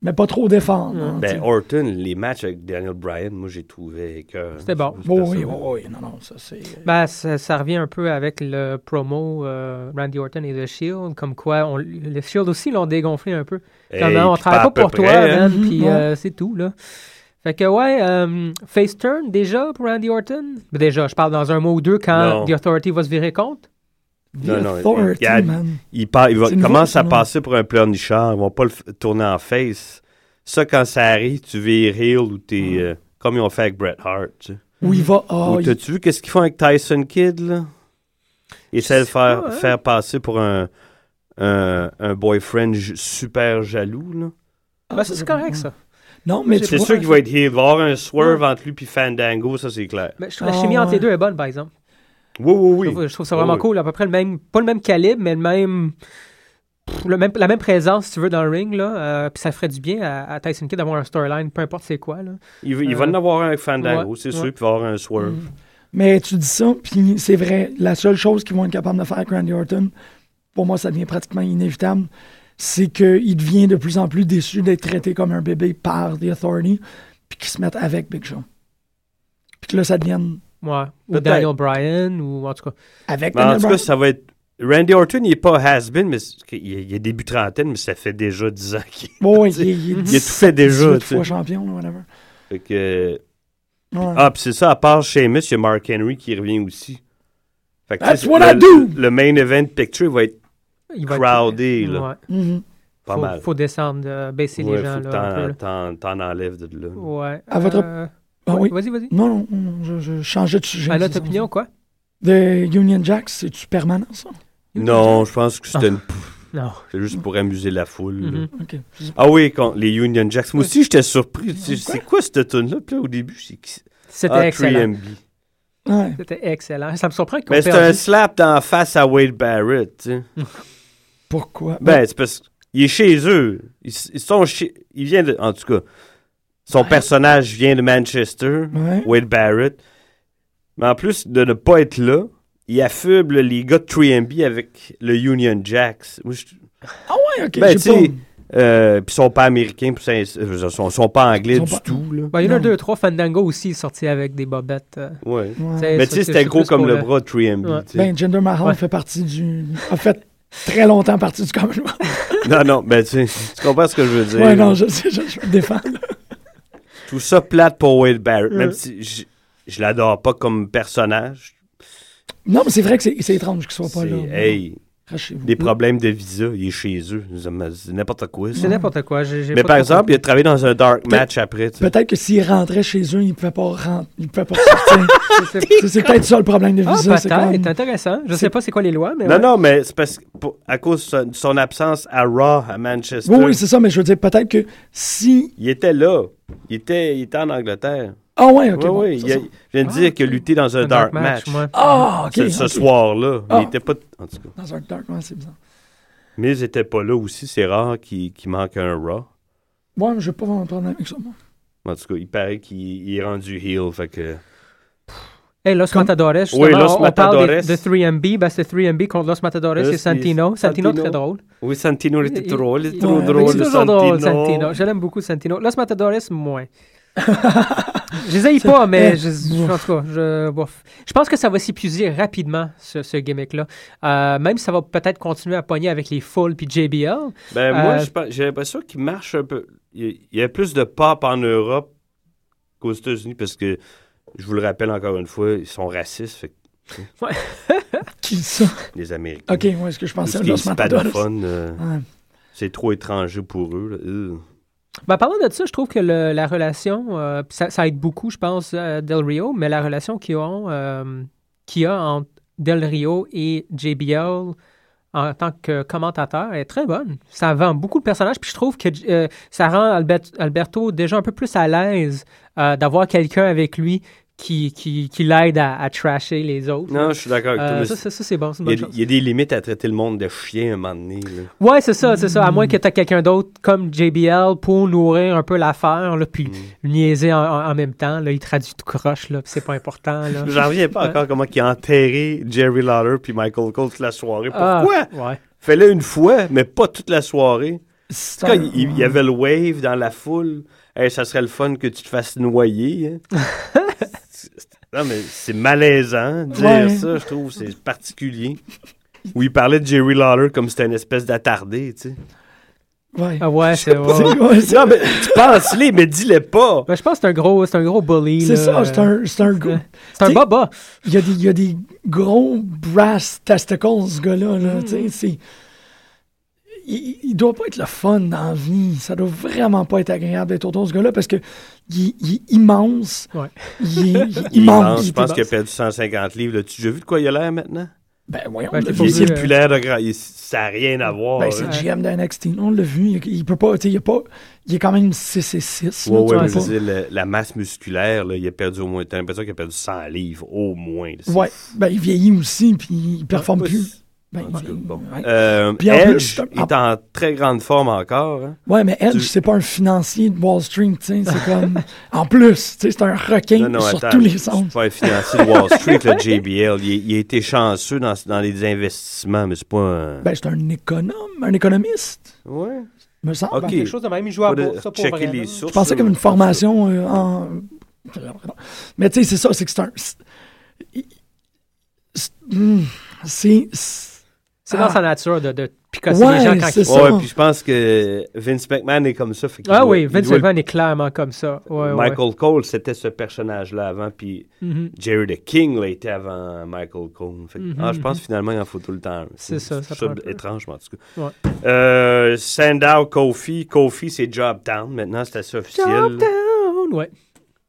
Speaker 8: Mais pas trop d'efforts. non, tu sais.
Speaker 10: Ben, Orton, les matchs avec Daniel Bryan, moi, j'ai trouvé que.
Speaker 11: C'était bon.
Speaker 8: Oh oui, oh oui, non, non, ça c'est.
Speaker 11: Ben, ça, ça revient un peu avec le promo euh, Randy Orton et The Shield, comme quoi on, le Shield aussi l'ont dégonflé un peu.
Speaker 10: Hey,
Speaker 11: Comme, on
Speaker 10: puis
Speaker 11: travaille pas
Speaker 10: pas à peu
Speaker 11: pour toi,
Speaker 10: près, hein.
Speaker 11: man, puis
Speaker 10: Mhm,
Speaker 11: euh, c'est tout, là. Fait que, ouais, euh, face turn déjà pour Randy Orton. Ben, déjà, je parle dans un mot ou deux quand
Speaker 10: Non.
Speaker 11: The Authority va se virer contre.
Speaker 10: Non, non,
Speaker 11: Authority,
Speaker 10: il, y a-
Speaker 11: man.
Speaker 10: il part- il va-
Speaker 11: C'est nouveau,
Speaker 10: commence
Speaker 11: ça,
Speaker 10: à
Speaker 11: non?
Speaker 10: passer pour un pleurnichard. Ils vont pas le f- tourner en face. Ça, quand ça arrive, tu vis heel ou t'es.
Speaker 11: Ah.
Speaker 10: euh, comme ils ont fait avec Bret Hart. tu sais.
Speaker 8: Où il va.
Speaker 11: Oh,
Speaker 8: ah,
Speaker 10: Ou
Speaker 8: il-
Speaker 10: t'as-tu vu qu'est-ce qu'ils font avec Tyson Kidd, là? Ils essaient de faire,
Speaker 11: hein?
Speaker 10: faire passer pour un, un, un boyfriend j- super jaloux, là.
Speaker 11: Ben, ça, c'est correct, ça.
Speaker 8: Non, mais
Speaker 10: C'est sûr qu'il va être heel. Il va avoir un swerve entre lui puis Fandango, ça, c'est clair.
Speaker 11: Mais je trouve la chimie entre les deux est bonne, par exemple.
Speaker 10: Oui, oui,
Speaker 11: Je trouve,
Speaker 10: oui.
Speaker 11: je trouve ça
Speaker 10: Oui,
Speaker 11: vraiment
Speaker 10: oui.
Speaker 11: cool. À peu près le même, pas le même calibre, mais le même, pff, le même- la même présence, si tu veux, dans le ring. Là. Euh, puis ça ferait du bien à, à Tyson Kidd d'avoir un storyline, peu importe c'est quoi. Là.
Speaker 10: Il, va- il va
Speaker 11: Euh,
Speaker 10: en avoir un avec Fandango,
Speaker 11: ouais,
Speaker 10: c'est
Speaker 11: ouais. Mm-hmm.
Speaker 10: sûr, puis il va avoir un swerve.
Speaker 8: Mais tu dis ça, puis c'est vrai. La seule chose qu'ils vont être capables de faire avec Randy Orton, pour moi, ça devient pratiquement inévitable, c'est qu'il devient de plus en plus déçu d'être traité comme un bébé par The Authority, puis qu'ils se mettent avec Big Show. Puis que là, ça devienne.
Speaker 11: Ouais. Ou
Speaker 8: Peut-être.
Speaker 11: Daniel Bryan, ou en tout cas.
Speaker 8: Avec
Speaker 10: Mais en tout cas, ça va être. Randy Orton, il n'est pas has-been, mais c'est- il est, il est début trentaine, mais ça fait déjà 10 ans qu'il
Speaker 8: Bon, il,
Speaker 10: tu sais,
Speaker 8: est- il est
Speaker 10: il a tout
Speaker 8: 17,
Speaker 10: fait déjà.
Speaker 8: 18
Speaker 10: tu sais.
Speaker 8: fois champion, là, whatever.
Speaker 10: Fait que-
Speaker 8: Ouais.
Speaker 10: Ah, puis c'est ça, à part Sheamus, il y a Mark Henry qui revient aussi. Fait que,
Speaker 8: That's
Speaker 10: tu sais,
Speaker 8: what
Speaker 10: le,
Speaker 8: I do!
Speaker 10: Le main event picture va être
Speaker 11: Il va être-
Speaker 10: crowded. là.
Speaker 11: Ouais.
Speaker 8: Mm-hmm.
Speaker 11: Mhm.
Speaker 10: Pas
Speaker 11: faut,
Speaker 10: mal.
Speaker 11: Faut descendre, euh, baisser
Speaker 10: Ouais,
Speaker 11: les gens.
Speaker 10: faut que
Speaker 11: là, un peu, là.
Speaker 10: t'en- t'en- t'en enlèves de là.
Speaker 11: Ouais.
Speaker 8: À votre-
Speaker 11: Euh,
Speaker 8: Ah
Speaker 11: ouais,
Speaker 8: oui.
Speaker 11: Vas-y, vas-y.
Speaker 8: Non, non, non, je, je changeais de sujet.
Speaker 11: À notre
Speaker 8: c'est ça.
Speaker 11: opinion, quoi?
Speaker 8: The Union Jacks, c'est-tu permanent, ça?
Speaker 10: Non, je pense que c'était une...
Speaker 11: Ah. Non. Mm-hmm.
Speaker 10: C'est juste pour amuser la foule. là.
Speaker 8: OK.
Speaker 10: Ah oui, quand- les Union Jacks. Moi aussi, j'étais surpris. Tu sais, C'est quoi cette tune là Puis là, au début, c'est qui-
Speaker 11: C'était
Speaker 10: Ah,
Speaker 11: excellent.
Speaker 10: 3MB.
Speaker 11: C'était excellent. Ça me surprend qu'on
Speaker 10: Mais c'est un slap d'en face à Wade Barrett. tu sais.
Speaker 8: Pourquoi?
Speaker 10: Ben, c'est parce qu'il est chez eux. Ils, ils sont chez. Il vient de. En tout cas, son personnage vient de Manchester,
Speaker 8: Ouais.
Speaker 10: Wade Barrett. Mais en plus de ne pas être là, il affuble les gars de 3MB avec le Union Jacks. Moi, je-
Speaker 8: Ah ouais, OK.
Speaker 10: ben,
Speaker 8: j'ai
Speaker 10: tu
Speaker 8: pas-
Speaker 10: sais. euh, Puis ils sont pas américains, puis ils sont- euh, ils sont, sont pas anglais
Speaker 8: Ils sont
Speaker 10: du
Speaker 8: pas-
Speaker 10: tout. Là.
Speaker 11: Ben, il y en a
Speaker 8: Non.
Speaker 11: deux, trois. Fandango aussi est sorti avec des bobettes. euh.
Speaker 10: Ouais.
Speaker 11: T'sais,
Speaker 10: Mais
Speaker 11: ça,
Speaker 10: tu sais,
Speaker 11: c'est-
Speaker 10: c'était
Speaker 11: c'est
Speaker 10: gros
Speaker 11: plus
Speaker 10: comme
Speaker 11: pour
Speaker 10: le
Speaker 11: le-
Speaker 10: bras 3MB.
Speaker 11: Ouais.
Speaker 10: tu sais.
Speaker 8: Ben, Jinder Mahal
Speaker 11: Ouais.
Speaker 8: fait partie du. a fait très longtemps partie du Commonwealth.
Speaker 10: Non, non, ben tu sais, tu comprends ce que je veux dire.
Speaker 8: Ouais,
Speaker 10: là.
Speaker 8: non, je sais, je, je me défends.
Speaker 10: Tout ça plate pour Wade Barrett, même
Speaker 8: Ouais.
Speaker 10: si je, je l'adore pas comme personnage.
Speaker 8: Non, mais c'est vrai que c'est c'est étrange qu'il soit pas Mm. là.
Speaker 10: C'est- hey,
Speaker 8: Rachez-vous.
Speaker 10: des problèmes de visa, il est chez eux. C'est n'importe quoi. ça.
Speaker 11: C'est n'importe quoi. j'ai- j'ai
Speaker 10: Mais
Speaker 11: pas
Speaker 10: par
Speaker 11: compris.
Speaker 10: exemple, il a travaillé dans un dark
Speaker 8: Peut-
Speaker 10: match après. tu sais.
Speaker 8: Peut-être que s'il rentrait chez eux, il ne pouvait pas rentrer. Il pouvait pas sortir.
Speaker 11: C'est-
Speaker 8: C'est- c'est peut-être ça le problème de
Speaker 11: Ah,
Speaker 8: visa. c'est
Speaker 11: peut-être.
Speaker 8: comme-
Speaker 11: Intéressant. Je sais
Speaker 8: c'est-
Speaker 11: pas c'est quoi les lois, mais.
Speaker 10: Non,
Speaker 11: ouais.
Speaker 10: non, mais c'est parce que pour- à cause de son, son absence à Raw à Manchester,
Speaker 8: Oui, oui, c'est ça, mais je veux dire, peut-être que si.
Speaker 10: il était là. Il était, il était en Angleterre.
Speaker 8: Ah, ouais, ok.
Speaker 10: oui,
Speaker 8: bon,
Speaker 10: oui.
Speaker 8: ça,
Speaker 10: il, a-
Speaker 8: ça.
Speaker 10: je viens de dire qu'il a lutté dans un, dark, match.
Speaker 11: ouais.
Speaker 8: Ah, ok.
Speaker 10: ce ce
Speaker 8: ok.
Speaker 10: soir-là. mais
Speaker 8: Ah.
Speaker 10: Il était pas. En tout cas.
Speaker 8: Dans un dark, ouais, c'est bizarre.
Speaker 10: Mais ils n'étaient pas là aussi. C'est rare qu'il qu'il manque un Raw.
Speaker 8: Ouais, mais je vais pas avoir un problème avec ça, moi.
Speaker 10: En tout cas, il paraît qu'il il est rendu heel. Fait que.
Speaker 11: Hey, Los Matadores, justement,
Speaker 10: Oui, Los
Speaker 11: on, on parle des-
Speaker 10: Matadores.
Speaker 11: de 3MB, ben, c'est 3MB contre Los Matadores
Speaker 10: Là,
Speaker 11: et Santino.
Speaker 10: c'est-
Speaker 11: Santino, très drôle.
Speaker 10: Oui, Santino était
Speaker 11: Il-
Speaker 10: drôle. Il
Speaker 11: il-
Speaker 10: était trop
Speaker 11: Ouais,
Speaker 10: drôle,
Speaker 11: mais
Speaker 10: le
Speaker 11: C'est toujours drôle,
Speaker 10: Santino.
Speaker 11: Santino. Je l'aime beaucoup, Santino. Los Matadores, moins. je les haïs pas, mais
Speaker 8: Eh,
Speaker 11: je, je- en tout cas, je, bof. je pense que ça va s'épuiser rapidement, ce, ce gimmick-là. Euh, même si ça va peut-être continuer à pogner avec les Full puis JBL.
Speaker 10: Ben, moi,
Speaker 11: euh,
Speaker 10: je pense- j'ai l'impression qu'il marche un peu. Il il y a plus de pop en Europe qu'aux États-Unis parce que, je vous le rappelle encore une fois, ils sont racistes. Fait, que,
Speaker 11: Ouais.
Speaker 8: Qui ça?
Speaker 10: les Américains.
Speaker 8: Ok, ouais, ce que je
Speaker 10: Tout
Speaker 8: pensais,
Speaker 10: ce qui
Speaker 8: Los
Speaker 10: est
Speaker 8: Matadores.
Speaker 10: hispanophone, euh,
Speaker 8: Ouais.
Speaker 10: C'est trop étranger pour eux. là. Ugh.
Speaker 11: Ben, parlant de ça, je trouve que le- la relation, euh, pis ça, ça aide beaucoup, je pense, euh, Del Rio, mais la relation qu'ils ont, euh, qu'il y a entre Del Rio et JBL en tant que commentateur est très bonne. Ça vend beaucoup de personnages, puis je trouve que euh, ça rend Albert- Alberto déjà un peu plus à l'aise euh, d'avoir quelqu'un avec lui qui, qui, qui l'aide à, à trasher les autres.
Speaker 10: Non, je suis d'accord avec
Speaker 11: Euh,
Speaker 10: toi. mais
Speaker 11: ça, ça, ça, c'est bon, c'est une
Speaker 10: il y a
Speaker 11: bonne
Speaker 10: des- Il y a des limites à traiter le monde de chien à un moment donné. là. Mm.
Speaker 11: Ouais, c'est ça, c'est ça. À moins que tu aies quelqu'un d'autre comme JBL pour nourrir un peu l'affaire, là, puis
Speaker 10: Mm.
Speaker 11: niaiser en, en- en même temps. Là, il traduit tout croche, là, puis c'est pas important. Là. Hein?
Speaker 10: J'en reviens pas encore comment il a enterré Jerry Lawler puis Michael Cole toute la soirée.
Speaker 11: Ah,
Speaker 10: Pourquoi?
Speaker 11: ouais.
Speaker 10: Fais-le une fois, mais pas toute la soirée.
Speaker 8: C'est
Speaker 10: Quand
Speaker 8: un-
Speaker 10: il il y avait le wave dans la foule, Hey, ça serait le fun que tu te fasses noyer. hein. C'est- c'est- non, mais c'est malaisant de dire
Speaker 8: Ouais.
Speaker 10: ça, je trouve. C'est particulier. Où il parlait de Jerry Lawler comme c'était une espèce d'attardé, tu sais.
Speaker 8: Ouais.
Speaker 11: Ah ouais, c'est ouais.
Speaker 8: Ouais, c'est-
Speaker 10: Non, mais tu penses-les, mais dis-les pas.
Speaker 11: Ben, je pense que c'est un gros, c'est un gros bully.
Speaker 8: C'est
Speaker 11: là.
Speaker 8: ça, c'est un, c'est un gros.
Speaker 11: C'est un
Speaker 8: T'sais,
Speaker 11: baba.
Speaker 8: Il y, a des- il y a des gros brass testicles, ce gars-là.
Speaker 11: Mm.
Speaker 8: Là, t'sais, c'est- il, il doit pas être le fun dans la vie. Ça doit vraiment pas être agréable d'être autour de ce gars-là parce que il, il est immense.
Speaker 11: Ouais.
Speaker 8: Il, est- il est
Speaker 10: Il
Speaker 8: immense.
Speaker 10: mange,
Speaker 8: il
Speaker 10: je
Speaker 8: est
Speaker 10: pense qu'il a
Speaker 8: immense.
Speaker 10: perdu 150 livres. là. Tu as vu de quoi il a l'air maintenant?
Speaker 8: Ben voyons,
Speaker 11: Ben,
Speaker 8: on l'a
Speaker 11: t'es
Speaker 8: vu.
Speaker 11: pas
Speaker 10: Il
Speaker 11: obligé
Speaker 10: est
Speaker 11: de-
Speaker 10: plus l'air de grand. il- Ça n'a rien à voir.
Speaker 8: Ben,
Speaker 10: là.
Speaker 8: c'est le GM de NXT. On l'a vu. Il, il peut pas, t'sais, il a pas. Il est quand même 6 et 6.
Speaker 10: Ouais, ouais,
Speaker 11: vois
Speaker 10: mais je
Speaker 11: pas.
Speaker 10: veux dire, le- la masse musculaire, là, il a perdu au moins. T'as l'impression qu'il a perdu 100 livres, au moins. là. C'est
Speaker 8: Ouais, ben il vieillit aussi, puis il performe
Speaker 10: pas
Speaker 8: plus.
Speaker 10: si-
Speaker 8: Ben,
Speaker 10: En tout cas,
Speaker 8: ouais,
Speaker 10: bon.
Speaker 8: ouais.
Speaker 10: Euh,
Speaker 8: Puis en
Speaker 10: Edge
Speaker 8: plus, ah. je-
Speaker 10: il est en très grande forme encore. hein.
Speaker 8: Ouais, mais Edge,
Speaker 10: Tu-
Speaker 8: c'est pas un financier de Wall Street, tu sais, c'est comme... en plus, tu sais, c'est un requin sur tous les
Speaker 10: je suis
Speaker 8: sens.
Speaker 10: pas un financier de Wall Street, le JBL. Il, est- il a été chanceux dans, dans les investissements, mais c'est pas un...
Speaker 8: Ben, c'est un économe, un économiste,
Speaker 10: ouais.
Speaker 8: me semble.
Speaker 10: Ok.
Speaker 11: Ah, ben, Quelque chose de même, il joue à
Speaker 10: Faut de-
Speaker 11: bourse, ça, pour
Speaker 10: checker
Speaker 11: vrai, là.
Speaker 10: les sources.
Speaker 8: Je pensais
Speaker 10: là.
Speaker 8: comme une formation euh, en... Mais tu sais, c'est ça, c'est que c'est un... c'est- c'est- hmm, C'est... c'est-
Speaker 11: C'est dans
Speaker 8: Ah.
Speaker 11: sa nature de, de picasser
Speaker 8: Ouais,
Speaker 11: les gens quand
Speaker 8: c'est
Speaker 11: ils
Speaker 8: ça.
Speaker 10: Ouais, puis je pense que Vince McMahon est comme ça. fait qu'il
Speaker 11: Ah
Speaker 10: doit-
Speaker 11: oui,
Speaker 10: il
Speaker 11: Vince
Speaker 10: doit le
Speaker 11: McMahon est clairement comme ça. Ouais, ouais.
Speaker 10: Michael Cole, c'était ce personnage-là avant, puis
Speaker 11: Mhm.
Speaker 10: Jerry the King là, était avant Michael Cole. Fait que- ah, je pense finalement il en faut tout le temps.
Speaker 11: C'est ça, ça
Speaker 10: Je trouve
Speaker 11: prend un peu.
Speaker 10: étrangement, en tout cas.
Speaker 11: Ouais.
Speaker 10: Euh, Sandow, Kofi. Kofi, c'est Job Town. Maintenant, c'est assez officiel.
Speaker 11: Top down, ouais.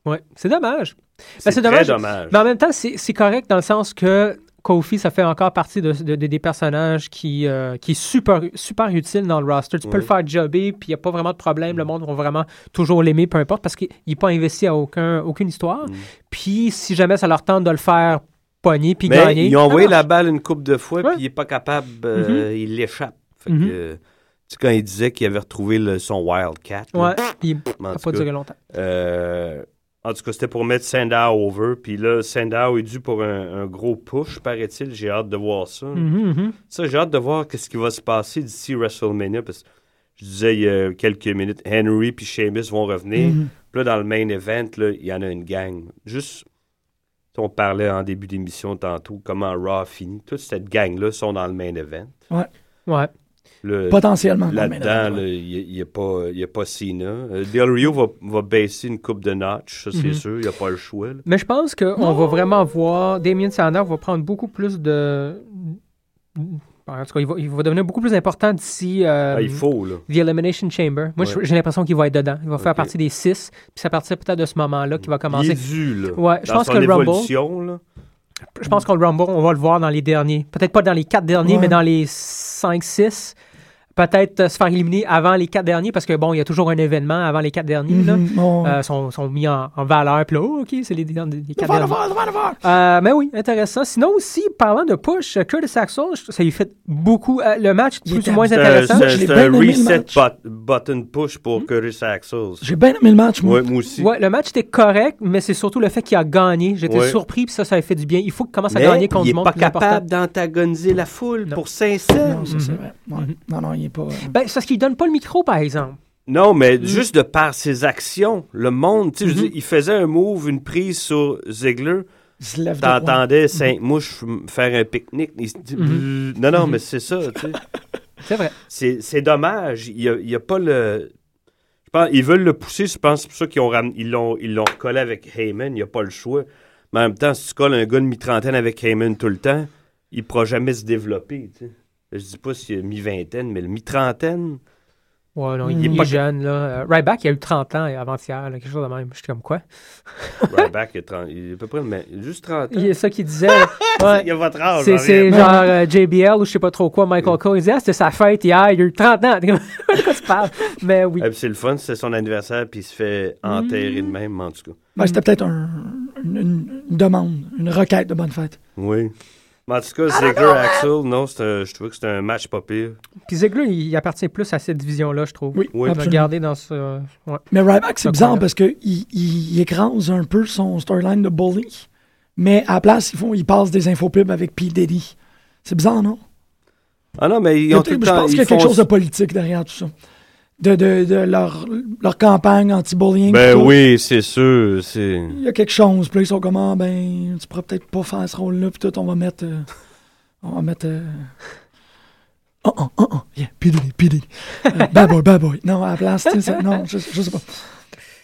Speaker 11: Ouais, c'est dommage. Ben,
Speaker 10: C'est
Speaker 11: c'est
Speaker 10: très
Speaker 11: dommage.
Speaker 10: dommage.
Speaker 11: Mais en même temps, c'est c'est correct dans le sens que Kofi, ça fait encore partie de, de- de- des personnages qui, euh, qui est super, super utile dans le roster. Tu peux
Speaker 10: Oui.
Speaker 11: le faire jobber, puis il n'y a pas vraiment de problème.
Speaker 10: Mm.
Speaker 11: Le monde va vraiment toujours l'aimer, peu importe, parce qu'il n'est pas investi à aucun, aucune histoire.
Speaker 10: Mm.
Speaker 11: Puis si jamais ça leur tente de le faire pogner, puis
Speaker 10: Mais
Speaker 11: gagner.
Speaker 10: ils ont envoyé
Speaker 11: ça
Speaker 10: la balle une coupe de fois,
Speaker 11: Ouais.
Speaker 10: puis il n'est pas capable. euh, Il l'échappe. Fait
Speaker 11: Mhm.
Speaker 10: que, tu sais, quand il disait qu'il avait retrouvé le- son Wildcat. là,
Speaker 11: marche. Ouais, puis
Speaker 10: en
Speaker 11: ça n'a
Speaker 10: tout
Speaker 11: pas
Speaker 10: cas.
Speaker 11: duré longtemps.
Speaker 10: Euh, en tout cas, c'était pour mettre Sandow over. Puis là, Sandow est dû pour un, un gros push, paraît-il. J'ai hâte de voir ça.
Speaker 11: Mhm, mhm.
Speaker 10: Ça, j'ai hâte de voir qu'est-ce qui va se passer d'ici WrestleMania. Parce que je disais il y a quelques minutes, Henry puis Sheamus vont revenir.
Speaker 11: Mm-hmm.
Speaker 10: Puis là, dans le main event, là, il y en a une gang. Juste, on parlait en début d'émission tantôt comment Raw finit. Toute cette gang-là sont dans le main event.
Speaker 11: Ouais.
Speaker 10: Le-
Speaker 8: Potentiellement.
Speaker 11: Ah,
Speaker 8: dans le main
Speaker 10: Là-dedans,
Speaker 8: event,
Speaker 10: là,
Speaker 8: ouais.
Speaker 10: il n'y a, pas- il y a pas Cena. Euh, Del Rio va, va baisser une coupe de notch, ça c'est
Speaker 11: Mhm.
Speaker 10: sûr, il n'y a pas le choix. là.
Speaker 11: Mais je pense qu'on va vraiment voir. Damien Sandow va prendre beaucoup plus de. En tout cas, il va, il va devenir beaucoup plus important d'ici euh,
Speaker 10: Ah, il faut, là.
Speaker 11: The Elimination Chamber. Moi,
Speaker 10: Ouais.
Speaker 11: j'ai l'impression qu'il va être dedans. Il va faire
Speaker 10: Ok.
Speaker 11: partie des six. Puis c'est à partir peut-être de ce moment-là qu'il va
Speaker 10: Il est
Speaker 11: commencer.
Speaker 10: dû, là.
Speaker 11: Ouais, je
Speaker 10: Dans
Speaker 11: pense
Speaker 10: son
Speaker 11: que le Rumble-
Speaker 10: évolution, là.
Speaker 11: Je pense qu'on le Rumble, on va le voir dans les derniers. Peut-être pas dans les quatre derniers,
Speaker 8: Ouais.
Speaker 11: mais dans les cinq, six. peut-être euh, se faire éliminer avant les quatre derniers, parce que bon, il y a toujours un événement avant les quatre derniers. là.
Speaker 8: Mhm, bon.
Speaker 11: Euh, sont, sont mis en, en valeur. Puis là, oh, OK, c'est les, les- les quatre
Speaker 8: Devant,
Speaker 11: derniers.
Speaker 8: devant, devant, devant.
Speaker 11: Euh, mais oui, intéressant. Sinon aussi, parlant de push, euh, Curtis Axel, je- ça lui fait beaucoup. euh, le match plus ou moins
Speaker 10: C'est un-
Speaker 11: intéressant.
Speaker 10: C'est un, c'est un reset bot- button push pour Curtis Axels.
Speaker 8: J'ai bien aimé le match, moi.
Speaker 10: Ouais, moi aussi.
Speaker 11: Mhm. Ouais, le match était correct, mais c'est surtout le fait qu'il a gagné. J'étais
Speaker 10: Ouais.
Speaker 11: surpris, puis ça, ça a fait du bien. Il faut qu'il commence à
Speaker 10: Mais
Speaker 11: gagner contre
Speaker 10: il est
Speaker 11: du monde
Speaker 10: pas
Speaker 11: plus important.
Speaker 10: capable d'antagoniser la foule pour 500.
Speaker 8: Non, ça,
Speaker 11: Mm-hmm.
Speaker 8: c'est vrai. Ouais.
Speaker 10: Mm-hmm.
Speaker 8: Non, non, il est pas. euh,
Speaker 11: Ben, c'est parce qu'il donne pas le micro, par exemple.
Speaker 10: Non, mais
Speaker 11: Mm.
Speaker 10: juste de par ses actions, le monde, tu sais, je
Speaker 11: Mm-hmm.
Speaker 10: veux dire, il faisait un move, une prise sur Ziegler.
Speaker 8: se lève de
Speaker 10: T'entendais cinq mouches m- faire un pique-nique. Il se dit,
Speaker 11: Mhm.
Speaker 10: Non, non,
Speaker 11: Mhm.
Speaker 10: mais c'est ça, tu sais.
Speaker 11: C'est vrai.
Speaker 10: C'est c'est dommage. Il n'y a, il y a pas le. Je pense, ils veulent le pousser, je pense, c'est pour ça qu'ils ont ram- ils l'ont ils l'ont collé avec Heyman. Il n'y a pas le choix. Mais en même temps, si tu colles un gars de mi-trentaine avec Heyman tout le temps, il ne pourra jamais se développer. tu sais. Je dis pas s'il est mi-vingtaine, mais le mi-trentaine.
Speaker 11: Ouais, non,
Speaker 10: Il
Speaker 11: il,
Speaker 10: est
Speaker 11: est
Speaker 10: pas-
Speaker 11: jeune, là. Euh, Ryback, il a eu 30 ans avant-hier, là, quelque chose de même. J'étais comme quoi?
Speaker 10: Ryback, est trente- il est à peu près mais juste 30 ans.
Speaker 11: Il y a ça qu'il disait. là. Ouais.
Speaker 10: Il y a votre âge.
Speaker 11: C'est,
Speaker 10: Henri.
Speaker 11: c'est genre euh, JBL ou je sais pas trop quoi, Michael Cole. Il disait, ah, c'était sa fête hier, il a eu 30 ans. T'es comme, De quoi tu parles? Mais oui. Mmh.
Speaker 10: Ah, puis c'est le fun, c'est son anniversaire, puis il se fait enterrer de même, en tout cas.
Speaker 8: Ben, C'était peut-être un- une, une- une demande, une requête de bonne fête.
Speaker 10: Oui. Mais en tout cas, Ziggler Axel, Ah, non, c'est un- je trouve que c'est un match pas pire.
Speaker 11: Puis Ziggler, il appartient plus à cette division-là, je trouve.
Speaker 8: Oui,
Speaker 11: Il
Speaker 10: Oui.
Speaker 11: va
Speaker 8: absolument.
Speaker 11: garder dans ce. euh, ouais.
Speaker 8: Mais Ryback, c'est
Speaker 11: Ce
Speaker 8: bizarre
Speaker 11: coin-là.
Speaker 8: parce qu'il il, il écrase un peu son storyline de bully, mais à la place, ils font, ils passent des infos pubs avec P. Diddy. C'est bizarre, non?
Speaker 10: Ah non, mais ils ont tout
Speaker 8: je
Speaker 10: le temps.
Speaker 8: pense qu'il
Speaker 10: ils
Speaker 8: y a quelque
Speaker 10: font-
Speaker 8: chose de politique derrière tout ça. De, de, de leur, leur campagne anti-bullying.
Speaker 10: Ben
Speaker 8: tout.
Speaker 10: oui, c'est sûr. C'est...
Speaker 8: Il y a quelque chose. Puis là, ils sont comme, ah, ben, tu pourras peut-être pas faire ce rôle-là. Puis tout, on va mettre. euh, on va mettre. euh, Oh, oh, oh, oh, yeah, P. Diddy, P. Diddy. Euh, bad boy, bad boy. Non, à la place, tu sais, ça- non, je, je sais pas.